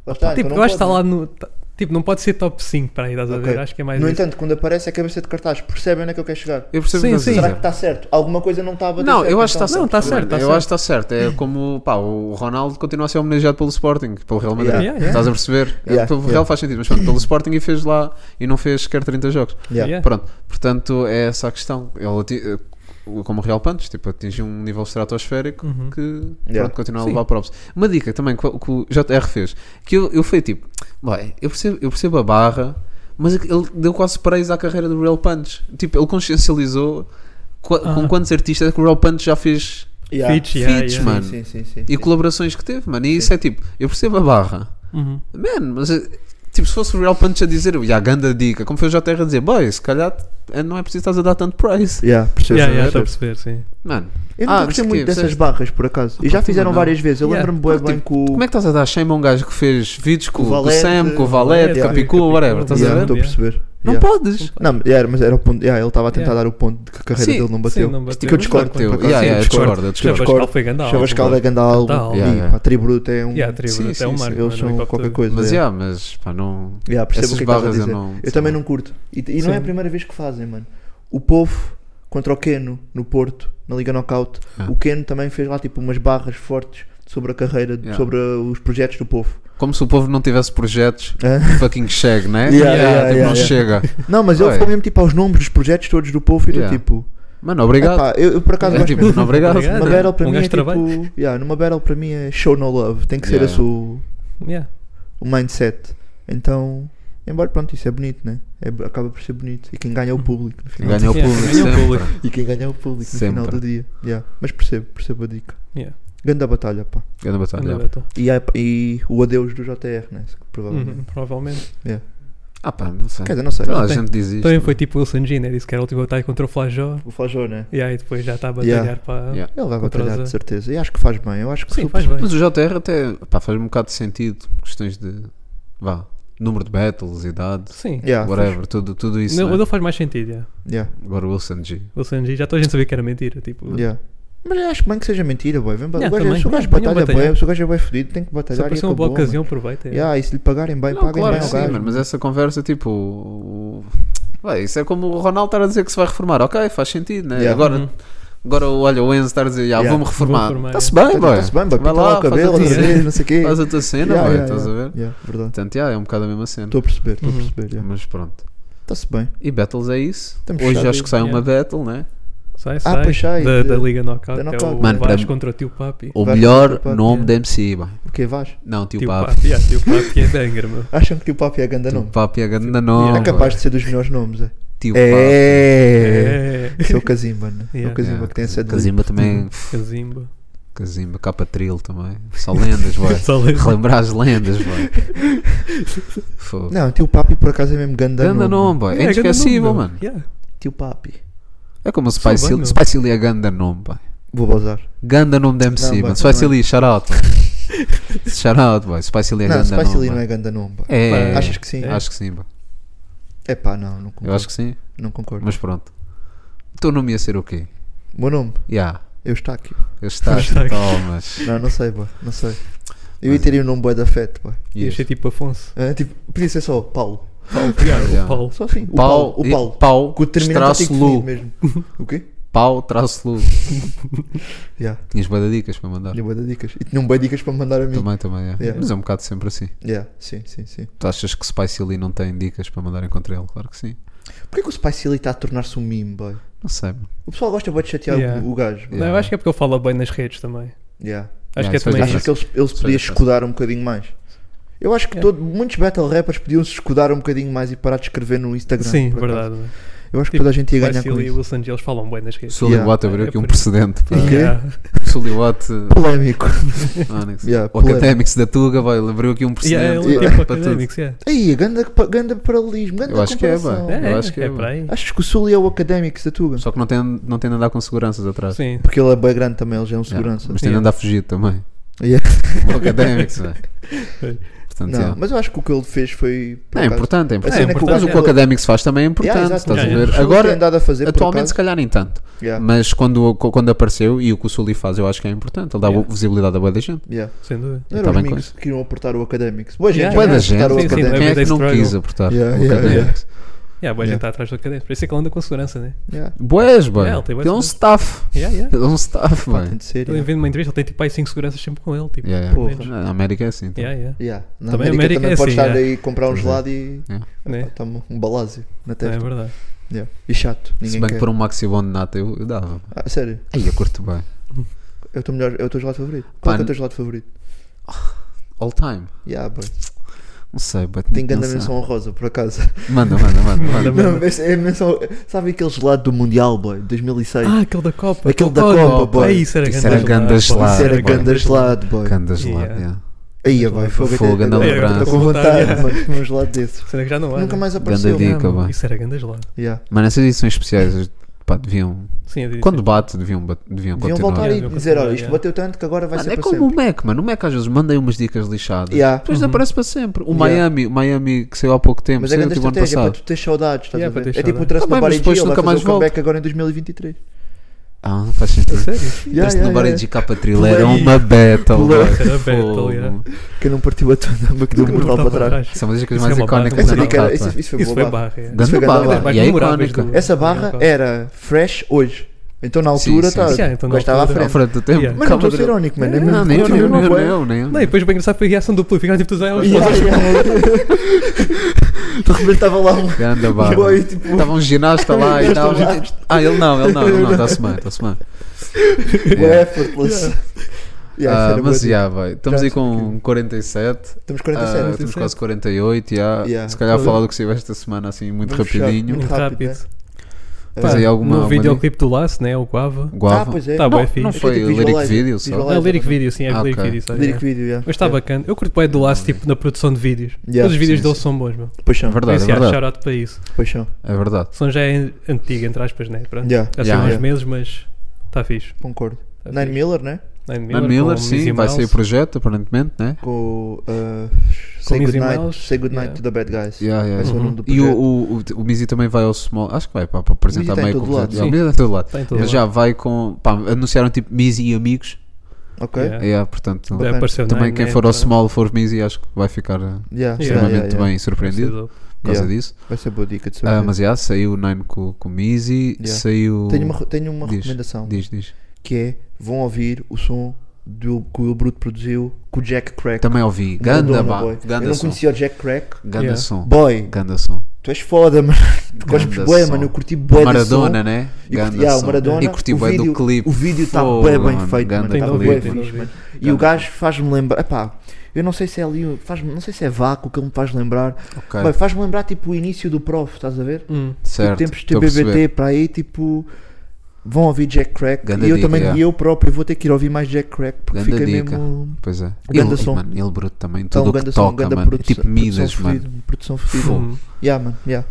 F: Lá está,
G: tipo,
F: então
G: eu
F: não
G: acho que está
F: pode.
G: lá no. tá- Tipo, não pode ser top 5 para aí, estás a
F: Ok.
G: ver? Acho que é mais.
F: No
G: isso.
F: entanto, quando aparece é cabeça de cartaz, percebem onde é que eu quero chegar.
H: Eu percebo
G: Sim,
H: o que estás a
G: sim.
H: dizer.
F: Será que está certo? Alguma coisa não está a bater
H: Não,
F: certo,
H: eu acho que
F: então.
H: está certo.
G: Não, tá certo, tá
H: eu
G: certo.
H: acho que está certo. É como pá, o Ronaldo continua a ser homenageado pelo Sporting, pelo Real Madrid.
F: Yeah.
G: Yeah, yeah.
H: Estás a perceber? É,
F: Yeah,
H: pelo
F: yeah.
H: Real faz sentido, mas pronto, pelo Sporting e fez lá e não fez sequer 30 jogos.
F: Yeah.
G: Yeah.
H: Pronto, portanto é essa a questão. Ele ati- eh, como o Real Pantos, tipo, atingiu um nível estratosférico
G: Uhum.
H: que
F: Yeah.
H: pronto, continua a
G: Sim.
H: levar props. Uma dica também que, o- que o JR fez, que eu, eu fui tipo, vai, eu percebo, eu percebo a barra, mas é ele deu quase praise à carreira do Real Punch. Tipo, ele consciencializou qua- com
G: Ah.
H: quantos artistas é que o Real Punch já fez
F: Yeah.
G: Fitch, yeah,
H: Fitch,
G: yeah.
H: mano.
F: Sim, sim, sim, sim,
H: e
F: sim.
H: colaborações que teve, mano. E isso é tipo, eu percebo a barra,
G: Uhum.
H: Man, mas eh, tipo, se fosse o Real Punch a dizer, e a ganda dica, como foi o JR a dizer, boy, se calhar eh, não é preciso estás a dar tanto price.
F: Yeah, Então, percebo.
G: Yeah, yeah, estou a perceber, sim.
H: Mano,
F: Eu
H: Ah,
F: não gostei
H: mas
F: muito
H: que-
F: dessas
H: vocês-
F: barras, por acaso. E
H: Ah,
F: já
H: pá,
F: fizeram
H: não.
F: várias vezes. Eu
G: Yeah.
F: lembro-me bué
H: Porque,
F: bem
H: tipo,
F: que o.
H: como é que estás a dar shame a um gajo que fez vídeos com,
F: Com o
H: com o
F: Valete,
H: Sam, com o Valete,
G: Valete,
H: com a
G: yeah.
H: Picu, whatever, estás
F: Yeah,
H: a ver?
F: Estou a
G: Yeah.
F: perceber.
H: Não
F: Yeah.
H: podes.
F: Não, yeah, mas era o ponto. Yeah, ele estava a tentar
G: Yeah.
F: dar o ponto de que a carreira
H: Sim,
F: dele não bateu.
G: sim, não
F: Isto
G: bateu.
F: que Tipo, eu discordo.
H: Bateu.
F: por acaso,
H: Yeah,
F: sim,
H: yeah, eu
F: discordo.
H: discordo, eu discordo.
G: Chavascal foi ganda álbum.
F: Chavascal é grande álbum.
G: Total.
H: Yeah,
F: E
H: yeah.
F: pá, Tribruto é um.
G: Yeah, a tribo,
H: Sim,
G: até
H: sim,
G: o
H: sim,
G: Marco,
F: Eles
G: mano,
F: são
G: helicóptero.
F: qualquer coisa.
H: Mas,
F: yeah.
H: yeah, mas pá, não.
F: Yeah, percebo
H: Essas
F: o que é que estás a
H: barras eu
F: dizer. Eu,
H: não-
F: também não curto. E, e não é
G: Sim.
F: a primeira vez que fazem, mano. O povo contra o Keno no Porto, na Liga Knockout,
H: Ah.
F: o Keno também fez lá tipo umas barras fortes sobre a carreira,
H: Yeah.
F: sobre uh, os projetos do povo.
H: Como se o povo não tivesse projetos
F: Hã?
H: fucking chegue, né?
F: É. Yeah,
H: Yeah,
F: yeah,
H: tipo,
F: yeah,
H: não
F: yeah.
H: chega.
F: Não, mas
H: Oi.
F: ele ficou mesmo tipo aos nomes dos projetos todos do povo e eu tô,
H: Yeah.
F: tipo.
H: Mano, obrigado.
F: epá, eu, eu por acaso
H: É
F: gosto
H: tipo,
F: mesmo.
H: não, obrigado.
G: Obrigado.
F: Uma battle para
G: Um
F: mim é
G: gajo
F: tipo. yeah, numa battle para mim é show no love. Tem que ser
H: Yeah,
F: esse o,
G: Yeah.
F: o mindset. Então, embora pronto, isso é bonito, né? É, acaba por ser bonito. E quem ganha é o público. No final.
H: Ganha o
G: Yeah,
H: público.
G: ganha o
H: sempre.
G: público.
F: E quem ganha é o público
H: Sempre.
F: no final do dia. Yeah. Mas percebo, percebo a dica.
G: Yeah.
F: Grande a batalha, pá.
H: Grande batalha.
G: Grande
H: yeah.
G: battle.
F: E, a- e o adeus do JR, né? Provavelmente.
G: Uhum, Provavelmente.
H: Ah, pá, não sei.
F: Quer dizer, não sei.
H: Toda a
G: Tem-
H: gente diz isto.
G: Também foi tipo Wilson G, né? Disse que era o último ataque contra o Flajó.
F: O Flajô, né?
G: E aí depois já está a
F: Yeah.
G: batalhar para.
H: Yeah.
F: Ele vai
G: Contra
F: batalhar,
G: os-
F: de certeza. E acho que faz bem. Eu acho que
G: Sim,
F: se-
G: faz bem.
H: Mas o JR até pá, faz um bocado de sentido. Questões de. Vá. Número de battles, idade,
G: Sim.
F: Yeah,
H: whatever, tudo, tudo isso.
G: Não, O
H: né?
G: dele faz mais sentido, yeah.
F: faz- yeah,
H: Agora o Wilson G.
G: Wilson G, já toda a gente sabia que era mentira. Tipo,
F: yeah. Mas eu acho bem que seja mentira, boy. Vem ba-
G: Yeah,
F: o gajo- é-
G: também.
F: se o gajo
G: Venham
F: batalha,
G: batalhar.
F: bué, se o gajo é bem fodido, tem que
G: se
F: batalhar. e
G: aparecer uma boa
F: acabou, mano.
G: ocasião, aproveita. yeah.
F: Yeah, e se lhe pagarem bem,
H: Não,
F: paguem
H: claro,
F: bem ao
H: sim,
F: gajo.
H: mano, mas essa conversa, tipo. o- o- Ué, isso é como o Ronaldo estar a dizer que se vai reformar. Ok, faz sentido, né?
F: Yeah.
H: Agora,
G: Uhum.
H: agora, olha, o Enzo estar a dizer, "Ya,
F: Yeah.
H: vou-me reformar.
G: reformar,
H: Está-se bem, boy.
F: Está-se Então, bem, boy.
H: Vai
F: Pinta lá o
H: faz a
F: cabelo,
H: tua
F: outra
H: cena.
F: vez, não sei o quê.
H: Faz a tua cena,
F: Yeah,
H: boy,
F: yeah,
H: estás a
F: yeah.
H: ver?
F: Yeah, verdade.
H: Portanto, yeah, é um bocado a mesma cena.
F: Estou a perceber, estou a
G: Uhum.
F: perceber. yeah.
H: Mas pronto.
F: Está-se bem.
H: E battles é isso.
F: Estamos
H: Hoje
F: fechados.
H: acho que sai uma battle, né?
G: Sai, sai.
F: pois sai,
G: Da,
F: de-
G: da Liga Knockout.
F: da
G: que É
F: Knockout.
G: o
H: Mano,
G: Vasco
H: para-
G: contra o Tio Papi.
H: O
F: Vai
H: melhor
F: fazer parte,
H: nome
G: é.
H: da MC, boy.
F: O que Vaz?
H: Não, tio,
G: Tio
H: Papi.
G: Papi. yeah, Tio Papi é danger, meu.
F: Acham que o Papi é ganda
H: Tio
F: nome?
H: Papi Então, é grande nome.
F: É capaz de ser dos melhores nomes, é.
H: tio.
F: É.
G: É.
F: Isso é o Kazimba, né? É o
G: Yeah.
F: Kazimba
H: Yeah,
F: que tem essa de
H: Kazimba também.
G: Kazimba.
H: Kazimba, capa tril também. Só lendas, vai.
G: Só lembro.
H: Relembrar as lendas, vai. Fogo.
F: Não, tio Papi por acaso é mesmo ganda
H: Ganda nome, boy. É
G: grande
H: inesquecível,
G: nome,
H: mano.
G: Yeah.
F: Tio Papi.
H: É como o
G: Sou bem,
H: Spicy Lee.
G: meu.
H: Spicy Lee é ganda nome, boy.
F: Vou bazar.
H: Ganda nome da MC,
F: Não,
H: mano.
F: boy,
H: Spicy
F: não é.
H: Lee, shout out. shout out, boy. Spicy Lee é
F: não,
H: ganda
F: Spicy
H: nome.
F: Lee não
H: boy.
F: é ganda nome. pá.
H: É, é,
F: Achas que sim?
H: é. Acho que sim, boy.
F: É pá, não, não
H: Eu
F: concordo.
H: acho que sim,
F: Não concordo.
H: mas pronto. Então O teu nome ia ser o quê?
F: O Meu nome,
H: Ya,
F: eu está aqui.
H: eu estás,
G: Eustáquio.
H: tomas.
F: Não, não sei, pá, não sei. Eu ia ter um nome bué da fete, pá.
G: Ia
H: Yes.
G: ser tipo Afonso.
F: É, tipo, podia ser só Paulo.
G: Yeah,
H: Yeah.
G: O Paulo.
F: Só assim, o
H: Pau,
F: Paulo. O
H: e-
F: Paulo.
H: pau,
F: Com o terminante
H: traço
F: tem que
H: Lu.
F: definir mesmo. O quê?
H: Pau, traço Lu.
F: Yeah.
H: Tinhas boa dicas para mandar.
F: Tinha bué de dicas. E tinha um bué de dicas para me mandar a mim.
H: Também, também, é.
F: Yeah.
H: Mas é um bocado sempre assim.
F: Yeah, sim, sim, sim.
H: Tu achas que Spicy Lee não tem dicas para mandar encontrar ele? Claro que sim.
F: Porquê que o Spicy Lee está a tornar-se um meme, boy?
H: Não sei. mano.
F: O pessoal gosta bué de chatear o-
G: Yeah.
F: o, gajo.
G: Não, eu acho que é porque ele fala bem nas redes também.
F: Yeah.
G: Acho
H: Yeah,
G: que é
H: isso faz
G: também
H: diferença.
F: Achas
G: isso.
F: que ele, ele se
H: Isso é
F: podia
H: diferente.
F: escudar um bocadinho mais? Eu acho que
G: Yeah.
F: todo- muitos battle rappers podiam se escudar um bocadinho mais e parar de escrever no Instagram.
G: Sim,
F: por acaso.
G: verdade.
F: Eu acho que
G: Tipo,
F: toda a gente ia ganhar
G: Spicy
F: com
G: Lee e
F: isso.
G: Los Angeles falam bem nas redes.
H: Sully
F: Yeah.
H: Watt abriu
G: É
H: aqui um
G: por isso.
H: precedente. Pá.
F: quê?
G: Yeah.
H: Sully Watt, ah, uh,
F: Polémico.
H: Onyx.
F: Yeah,
H: o
F: polé-
H: Academics da Tuga, vai, ele abriu aqui um
G: Yeah,
H: precedente.
G: ele
H: pá,
G: é tipo
H: para tudo.
G: académicos, yeah.
F: Aí, ganda, pa- ganda paralelismo, ganda
H: Eu acho que é,
F: comparação.
H: bem. Eu
G: É,
H: acho que é,
G: é
H: mano.
G: para aí.
F: Achas que o Sully é o Academics da Tuga?
H: Só que não tem, não tem de andar com seguranças atrás.
G: Sim.
F: Porque ele é bem grande também, ele já é um
H: Yeah,
F: segurança.
H: Mas tem de
G: Yeah.
H: andar fugido também.
F: Yeah.
H: O Academics, vai.
G: É.
H: Portanto,
F: Não,
H: yeah.
F: mas eu acho que o que ele fez foi. por
H: É
F: acaso-
H: importante, é
F: A
H: importante.
F: cena
G: É
F: que o
H: Mas
F: gajo-
H: o que o Academics faz também é importante,
F: Yeah, exato.
H: estás a
G: Yeah,
H: ver?
F: O que ele tem
H: Agora,
F: andado a fazer, por
H: atualmente,
F: acaso-
H: se calhar nem tanto.
F: Yeah,
H: Mas quando, quando apareceu, e o que o Sully faz eu acho que é importante. Ele dá
G: Yeah.
H: visibilidade a boa da gente.
F: yeah.
G: Sem dúvida.
F: Não
H: tá
F: eram os
H: bem com
F: amigos
H: isso.
F: que queriam aportar o Academics. Boa gente,
G: Yeah,
F: quem
G: yeah.
H: Boa da
F: quer
H: gente,
F: aportar o
G: É, Sim, sim,
F: Academics.
H: quem é que não
G: Struggle.
H: quis apertar
F: Yeah,
H: o
F: yeah,
H: Academics?
G: Yeah, boa
F: Yeah.
G: gente está atrás do académico. Por isso é que ele anda com segurança, né?
F: Yeah.
H: Boés, boy.
G: Yeah, ele tem bué
H: Ele é um
G: segurança.
H: staff.
G: Yeah, yeah.
H: Ele é um staff,
F: Pá, tem
H: boy.
F: de ser.
G: Ele
F: yeah.
G: vendo uma entrevista, ele tem tipo aí 5 seguranças sempre com ele. Tipo,
H: Yeah, yeah.
F: Porra.
H: Na América é assim. então.
G: yeah, yeah.
F: Yeah. Na
G: Também a
F: América,
G: América
F: também
G: é
F: pode
G: assim,
F: estar
G: yeah.
F: aí comprar
H: é.
F: um gelado e.
G: Né?
F: Toma um balásio na
G: Não, é
F: testa.
G: verdade.
F: Yeah. E chato.
H: Se
F: Ninguém
H: bem
F: quer.
H: que por um maxi bom de nata eu, eu dava.
F: Ah, sério,
H: Aí eu curto bem.
F: é o teu melhor, é o teu gelado favorito. Qual é que é o
H: Pá,
F: teu gelado favorito?
H: All time.
F: Yeah, boy.
H: Não sei, boy.
F: Tem grande
H: pensar.
F: menção honrosa, por acaso.
H: Manda, manda, manda. manda.
F: Não, mas é menção. Sabe aquele gelado do Mundial, boy? 2006.
G: Ah, aquele da Copa.
F: Aquele da
G: Oh,
F: Copa,
G: oh,
F: boy.
G: é Isso era
H: Isso era
G: ganda
H: ganda gelado,
F: Isso era
H: boy.
F: grande gelado, boy.
H: Candas lá,
G: Yeah.
H: yeah.
F: Aí, boy. Fogo,
H: Fogo,
F: até-
H: grande
F: até-
H: lembrança.
F: Estou com vontade, mano, de um gelado desse.
G: Será que já não há?
F: Nunca
G: né?
F: mais
H: Ganda
F: apareceu.
H: dica,
G: Ah,
H: boy.
G: Isso era ganda gelado.
F: Yeah.
H: Mano, essas edições especiais, pá, deviam.
G: Sim, eu diria
H: Quando
G: sim.
H: bate, deviam, bat- deviam
F: Deviam
H: continuar.
F: voltar e
G: Yeah,
F: dizer, olha, isto
G: yeah.
F: bateu tanto que agora vai
H: Mano,
F: ser
H: é
F: para
H: como
F: sempre.
H: o Mac, mano. O Mac às vezes manda aí umas dicas lixadas.
F: Yeah.
H: Depois
G: Uhum.
H: aparece para sempre. O
F: Yeah.
H: Miami, o Miami que saiu há pouco tempo,
F: Mas é
H: saiu
F: grande
H: tipo ano
F: estratégia para
H: passado.
F: tu teres saudades, estás
G: Yeah,
F: a
G: para
F: ver?
G: teres
F: É tipo o
G: saudades.
F: traço
H: Tá bem,
F: do
H: mas
F: Barigi,
H: depois
F: ele vai
H: nunca
F: fazer
H: mais
F: o comeback agora em 2023.
H: Ah, faz sentido.
G: Sério?
F: Yeah,
H: Este
F: yeah,
H: número
F: yeah.
H: de capa trilha era
F: Pulei.
H: uma battle. é tipo
F: Pulei.
H: boy.
G: Era battle,
H: Fogo.
G: yeah.
F: Quem não partiu a tona, que deu
G: Nunca
F: um
G: mais
F: mortal
G: voltava
F: para trás.
H: São as dicas
G: Isso
H: mais
G: é uma
H: icónicas
G: barra.
H: da
F: Essa
G: Não,
F: dica era-
H: Natal.
F: isso- Isso
G: Isso foi
F: foi boa.
G: barra. é.
F: Isso foi
H: Dando
F: grande
H: bala.
F: barra.
H: E é
G: Mais memoráveis
H: icónica.
G: do-
F: Essa barra era fresh hoje. Então na
H: Sim,
F: altura
H: sim,
F: tá-
H: sim.
G: Yeah, então na
F: mas estava à
G: altura-
H: À
F: frente.
H: frente do tempo.
G: Yeah.
F: Mas não estou a
H: Capa
F: ser
H: trilha.
F: irónico, mano. é mesmo-
H: Não, nem eu, nem eu,
F: continua,
H: nem eu,
F: bué.
H: nem eu, nem eu.
G: Não, e depois bem engraçado foi a reação dupla. Ficaram tipo, tu já
F: Yeah, yeah. De repente estava lá um
H: Ganda
F: um
H: barra.
F: boy tipo.
H: Estava um ginasta lá e
F: Eles
H: tal.
F: estão lá.
H: Ah, ele não, ele não, ele não, está-se bem, está-se bem.
F: Bué
H: Yeah.
F: effortless. Yeah, isso
H: Ah,
F: era
H: mas
F: bué.
H: já, vai. Estamos
F: Já
H: aí com 47.
F: Estamos
H: ah,
F: 47.
H: Estamos quase 48. já.
F: Yeah.
H: Se calhar
F: Tá
H: falar
F: bem.
H: do que se esta semana assim muito
F: Vamos fechar.
H: rapidinho.
G: Muito
F: Muito rápido,
G: rápido.
F: Ah,
H: Tens aí alguma.
G: No
H: alguma
G: videoclipe do Laço, né? O Guava.
F: Ah,
H: Guava.
F: pois é.
G: Tá
H: não,
G: bem fixe.
H: não
F: É
H: foi
F: tipo
H: lyric
F: visualizer,
H: video só.
F: visualizer.
G: É Lyric Video, sim, é
H: Ah,
G: Lyric
H: ok.
G: Video. sabe?
F: Lyric video, yeah.
G: Mas está
F: Yeah.
G: bacana. Eu curto bem do Laço, tipo, na produção de vídeos.
F: Yeah,
G: Todos os vídeos
H: sim,
G: dele
H: sim.
G: são bons, meu.
F: Pois são.
H: É verdade, é
G: Por isso, yeah,
H: verdade.
G: shout out para isso.
F: Pois são.
H: É verdade.
G: O som já é antigo, entre aspas, né? Pronto.
F: Yeah,
G: Já
H: Yeah,
G: são uns
F: yeah.
G: meses, mas está fixe.
F: Concordo.
G: Tá
F: Nine
G: fixe.
F: Miller, né?
G: Nine
H: Na Miller,
G: com
H: sim,
G: Mizzy
H: vai
G: Mouse.
H: sair projeto, aparentemente, né?
F: Com uh, Say
G: Mizzy
F: Goodnight
G: Mouse,
F: Say good night
G: yeah.
F: to the Bad Guys.
H: Yeah, yeah.
F: Esse é o nome do
H: E
F: projeto.
H: o, o, o, o Mizzy também vai ao Small. Acho que vai pá, para apresentar
F: tá em
H: meio
F: todo lado,
H: completo. Yeah,
G: sim.
H: O Mizzy está em todo lado.
G: Está em todo
H: Ele
G: lado.
H: já vai com. Pá, anunciaram tipo Mizzy e amigos.
F: Ok.
G: Yeah.
H: Yeah, portanto,
G: Deve
F: Bacana.
G: aparecer o
H: também
G: Nine,
H: quem
G: né?
H: for ao
G: Então,
H: Small for Mizzy, acho que vai ficar eh,
F: Yeah, yeah,
H: extremamente
F: yeah, yeah.
H: bem
G: vai
H: surpreendido
G: ser dope.
H: por causa
F: Yeah.
H: disso.
F: Vai ser boa dica de
H: Ah,
F: certeza.
H: mas já saiu o Nine com, com o Mizzy,
F: Yeah.
H: saiu.
F: Tenho uma, tenho uma
H: Diz,
F: recomendação
H: Diz, diz.
F: que é vão ouvir o som do, que o Bruto produziu com o Jack Crack.
H: Também ouvi.
F: Madonna,
H: Ganda, ba,
F: boy. Eu
H: ganda
F: não
H: som.
F: conhecia o Jack Crack.
H: Ganda
G: Yeah.
H: som.
F: Boy,
H: Ganda som.
F: Tu és foda, mano. Tu cospes
H: Ganda
F: bué,
H: som.
F: mano. Eu curti bué desse som.
H: Maradona, né?
F: E curti,
H: Ganda
F: ah, o
H: som.
F: Maradona,
H: E curti
F: o
H: bué do
F: vídeo-
H: clipe.
F: O vídeo está
H: Fogo,
F: bem, bem
H: mano,
F: feito,
H: ganda
F: mano. Tá Está
G: clipe. Tem
F: bem
G: de
F: fixe,
G: ouvir.
F: mano. E
H: Ganda
F: o gajo faz-me lembrar. Epá, eu não sei se é ali. Faz não sei se é vácuo que ele me faz lembrar.
H: Ok,
F: Bem, faz-me lembrar tipo o início do prof, estás a ver?
G: Hum.
H: certo.
F: tipo, tempos de
H: estou a perceber.
F: TBBT para aí, tipo, vão ouvir Jack Crack.
H: Ganda
F: e eu
H: dica,
F: também,
H: yeah.
F: e eu próprio vou ter que ir ouvir mais Jack Crack porque
H: Ganda
F: fica
H: dica.
F: mesmo.
H: Pois é.
F: Ganda
H: ele,
F: som.
H: mano, ele bruto também.
F: Então,
H: Tudo o que
F: ganda som,
H: toca,
F: ganda
H: mano.
F: produção-
H: tipo Midas,
F: produção
H: mano.
F: fedida, Produção fedida.
H: Fogo.
G: Hum.
F: Yeah, mano, yeah.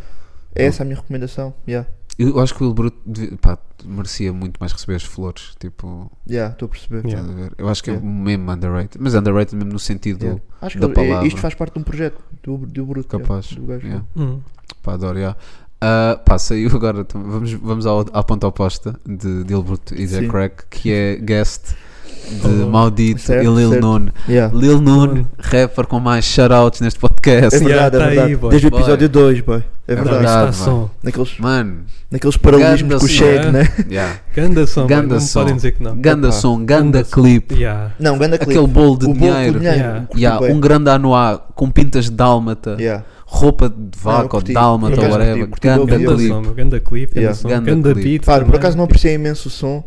F: É Essa é a minha recomendação. Yeah,
H: Eu acho que o Bruto devia- pá, merecia muito mais receber as flores. Tipo,
F: yeah, estou a perceber.
G: Yeah.
H: estás a ver? Eu acho que
F: Yeah.
H: é mesmo underrated. Mas underrated mesmo no sentido.
F: Yeah. Acho
H: da
F: que é-
H: palavra.
F: isto faz parte de um projeto do, do Bruto. yeah,
H: Capaz,
F: do gajo.
H: yeah.
G: Hum.
H: Pá, adoro, já. Ah, pá, saiu agora. tam- Vamos, vamos ao, à ponta oposta de Dilbert e Jack
F: Sim.
H: Crack, que é guest de
G: Oh.
H: Maldito
F: Certo,
H: e Lil
F: certo.
H: Nun.
F: Yeah.
H: Lil Nun, rapper com mais shoutouts neste podcast.
F: É verdade,
G: tá
F: é
G: aí,
F: verdade.
G: boy.
F: Desde o
H: Boy.
F: episódio 2, boy. É
H: verdade.
F: verdade.
G: Está
H: mano.
G: som.
F: Naqueles,
H: Mano,
F: naqueles paralelismos
H: Ganda
F: com o
H: som.
F: Shag, né?
H: yeah.
G: Ganda som.
H: Ganda
G: mano, não
H: som.
G: podem dizer que não.
H: ganda
F: Epá.
H: som, ganda,
G: Ganda som.
H: clipe,
G: Yeah.
F: Não, ganda clipe.
H: aquele bolo de
F: o bolo com
H: dinheiro,
F: dinheiro.
G: Yeah.
F: curti
H: yeah,
F: bué.
H: um grande anuá com pintas de dálmata,
F: Yeah.
H: roupa de
F: eu
H: vaca ou
F: curti.
H: de dálmata,
F: Por acaso
H: whatever,
F: curti, curti
H: ganda
F: bué o
G: Ganda
H: clipe.
G: som, meu, ganda clipe, ganda
F: Yeah.
G: som,
H: Ganda
G: ganda
H: clipe.
G: beat.
F: Pá, por
G: também.
F: acaso não apreciei imenso o som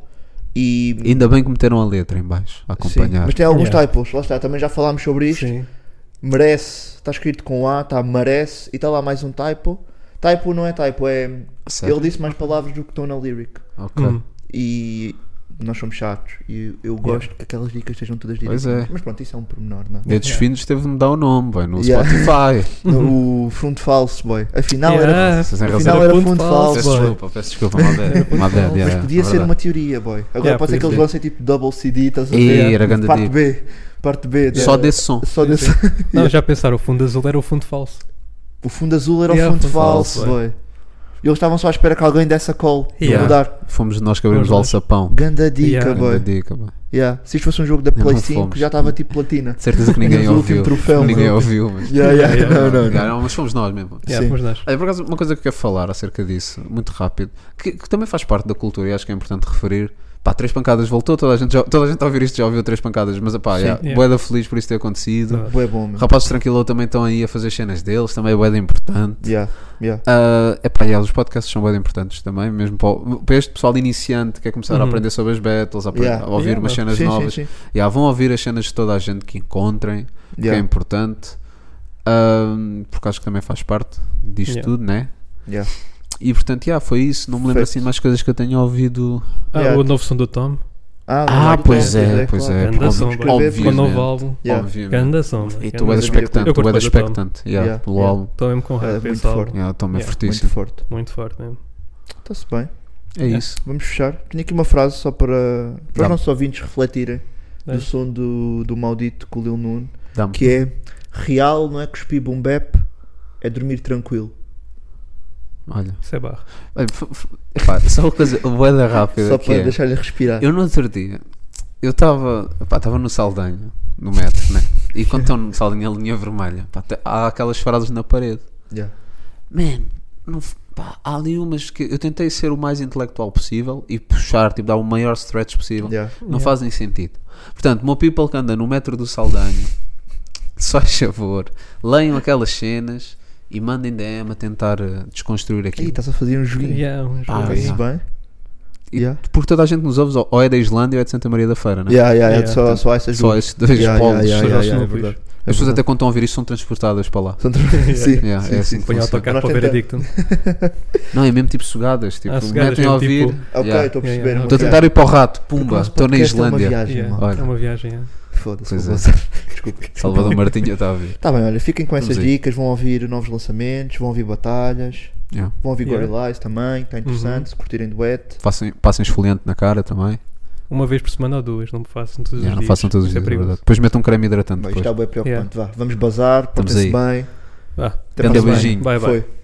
F: e.
H: Ainda bem que meteram a letra em baixo, a
F: Sim,
H: acompanhar.
F: mas tem alguns
G: Yeah.
F: typos, lá está, também já falámos sobre isto.
G: Sim.
F: Merece, está escrito com A, está merece, e está lá mais um typo. Typo não é typo, é.
H: Certo.
F: Ele disse mais palavras do que estão na lyric.
H: Ok.
G: Hum.
F: E nós somos chatos, e eu gosto que aquelas dicas estejam todas
H: Pois
F: direitas.
H: é.
F: Mas pronto, isso é um pormenor, não é?
H: Dedos finos teve de mudar o nome, boy, no
F: Yeah.
H: Spotify.
F: No- O front falso, boy. Afinal era.
G: Yeah.
H: Vocês têm
F: Afinal
H: razão.
F: era
G: ponto
F: fundo
G: falso,
H: Peço
F: falso,
G: boy.
H: desculpa, peço desculpa, my bad. My bad, yeah,
F: Mas
H: yeah,
F: podia
H: é
F: ser
H: verdade.
F: uma teoria, boy. Agora
G: Yeah, é.
F: pode ser que
G: podia
F: eles
G: ser.
F: lancem tipo double CD, estás a
H: Ih,
F: ver?
H: era grande
F: parte
H: dica.
F: B. Parte B. da-
H: Só desse som.
F: Só desse.
G: Não, já pensaram, o fundo azul era o fundo falso.
F: O fundo azul era
G: Yeah,
F: o fundo
G: fundo
F: falso,
G: falso,
F: boy. E eles estavam só à espera que alguém desse a call
G: Yeah.
F: para mudar.
H: Fomos nós que abrimos o
G: Fomos nós.
H: alçapão.
F: Ganda dica,
G: Yeah.
H: Grande
F: boy.
H: dica, boy.
F: Yeah. Se isto fosse um jogo da
H: Não,
F: Play
H: não
F: 5,
H: fomos.
F: já estava tipo platina.
H: De certeza que ninguém
F: Ganhamos o último
H: ouviu.
F: troféu,
H: Ninguém
F: mano.
H: ouviu, mas.
F: Yeah, yeah,
G: Yeah,
F: Não, não, não.
H: Yeah, não, mas fomos nós mesmo.
G: Yeah,
F: Sim.
G: mas nós.
H: Olha, por acaso, uma coisa que eu quero falar acerca disso, muito rápido, que, que também faz parte da cultura e acho que é importante referir. Pá, Três Pancadas voltou, toda a gente, já, toda a gente a ouvir isto já ouviu Três Pancadas, mas pá,
F: Sim.
H: yeah,
G: Yeah.
H: bué da feliz por isso ter acontecido.
G: Verdade.
F: Bué bom, meu.
H: Rapazes Tranquilo também estão aí a fazer cenas deles, também é bué da importante.
F: Yeah, yeah.
H: Ah, epá, yeah, os podcasts são bem importantes também, mesmo para, o- para este pessoal iniciante que quer começar a
G: Uhum.
H: aprender sobre as battles, a, apre-
F: Yeah.
H: a ouvir
G: Yeah,
H: umas
G: mano.
H: cenas
F: Sim,
H: novas.
F: sim, sim.
H: Yeah, vão ouvir as cenas de toda a gente que encontrem, que é
F: Yeah,
H: importante, ahm, porque acho que também faz parte disto
G: Yeah.
H: tudo, né?
F: yeah.
H: E portanto, yeah, foi isso. Não me lembro
F: Perfeito.
H: assim de mais coisas que eu tenho ouvido.
G: Ah,
F: Yeah.
G: o novo som do Tom.
H: Ah,
F: não,
H: pois
F: não,
H: é, pois
F: claro.
H: é.
G: Ganda som,
H: óbvio-
G: boy.
F: Obviamente.
G: Com o novo álbum.
F: Yeah.
H: Obviamente.
G: Ganda som. boy.
H: E
G: Ganda som.
F: Eu
H: tu és
F: curto
H: expectante,
G: bué
H: tu
G: da
H: és
G: Tom.
H: expectante. Yeah,
F: Yeah,
H: pelo
F: yeah.
H: álbum.
G: Estou mesmo com
F: É,
G: raiva
F: muito
G: esse álbum.
F: forte.
H: Yeah, toma
G: Yeah.
F: Muito
H: fortíssimo.
F: forte.
G: Muito forte mesmo.
F: Está-se bem.
H: É
G: Yeah.
H: isso.
F: Vamos fechar. Tenho aqui uma frase só para, para
H: Dá-me.
F: os nossos ouvintes refletirem
G: Dá-me.
F: do som do, do maldito com o Lil Nun,
H: Dá-me.
F: que é real, não é cuspir boom bap, é dormir tranquilo.
H: Olha.
G: Isso é barra.
H: Olha, f- f- epá, só uma coisa, boeda rápida.
F: Só
H: que
F: para
H: é,
F: deixar-lhe respirar.
H: Eu no outro dia, eu estava, pá, estava no Saldanha, no metro, né? E quando estão no Saldanha, a linha vermelha, pá, te- há aquelas frases na parede.
F: Yeah.
H: Man, não f- pá, há ali umas que eu tentei ser o mais intelectual possível e puxar, tipo, dar o maior stretch possível.
F: Yeah.
H: Não fazem sentido. Portanto, meu people que anda no metro do Saldanha, só faz favor, leiam aquelas cenas e mandem DM a tentar eh, desconstruir
F: Ih,
H: aquilo.
F: estás a fazer um joguinho.
G: Yeah, um
H: Ah,
G: jogo.
F: Fazes
H: yeah.
F: bem?
H: E-
F: Yeah.
H: Porque toda a gente nos ouve, ou- ou é da Islândia ou é de Santa Maria da Feira, né?
F: Yeah, yeah,
G: Yeah.
F: yeah. Só, só essas
H: Só
F: duas.
H: esses dois
F: Yeah,
H: polos.
F: yeah, yeah,
G: só
F: yeah,
G: esses
F: yeah, é
G: núcleos.
F: verdade. É
H: As pessoas até
F: verdade.
H: quando estão a ouvir isto são transportadas para lá.
F: São três- Sim,
H: Yeah,
F: sim,
H: é assim
F: sim.
H: que
G: Põe
H: funciona.
G: autocarro
F: Nós
G: para ver
F: tentamos.
G: adicto.
H: Não, é mesmo tipo sugadas. Tipo,
G: Ah, sugadas,
H: metem
G: é
H: a ouvir.
G: tipo-
F: Ok, estou
H: yeah.
F: a perceber.
G: Yeah,
F: uma
G: yeah.
H: Estou a tentar
F: viagem.
H: ir para o rato,
F: Porque o
H: pumba,
F: nosso
H: estou na
F: podcast é uma
H: Islândia.
F: viagem,
G: Yeah,
F: mano.
H: Olha.
G: É uma viagem. yeah.
F: Foda-se,
H: Pois
F: vou
H: é.
F: usar. Desculpa.
H: Salvador Martinha está a ver.
F: Tá bem, olha, fiquem com essas
H: aí.
F: dicas, vão ouvir novos lançamentos, vão ouvir batalhas,
H: Yeah.
F: vão ouvir
G: Yeah. Uhum.
F: Gorillaz também, que está interessante, se curtirem dueto.
H: Passem, passem esfoliante na cara também.
G: Uma vez por semana ou duas, não façam todos os
H: Yeah,
G: dias.
H: não façam todos os
G: Isso
H: dias,
G: é
H: é
G: perigoso.
H: verdade. Depois metam um creme hidratante.
F: Bem,
H: Depois.
F: isto é bem preocupante, vá. Vamos bazar,
H: Estamos
F: portem-se bem.
G: Vá.
F: Até
H: Grande
F: para a semana.
H: beijinho.
G: Bye, bye.
F: Foi.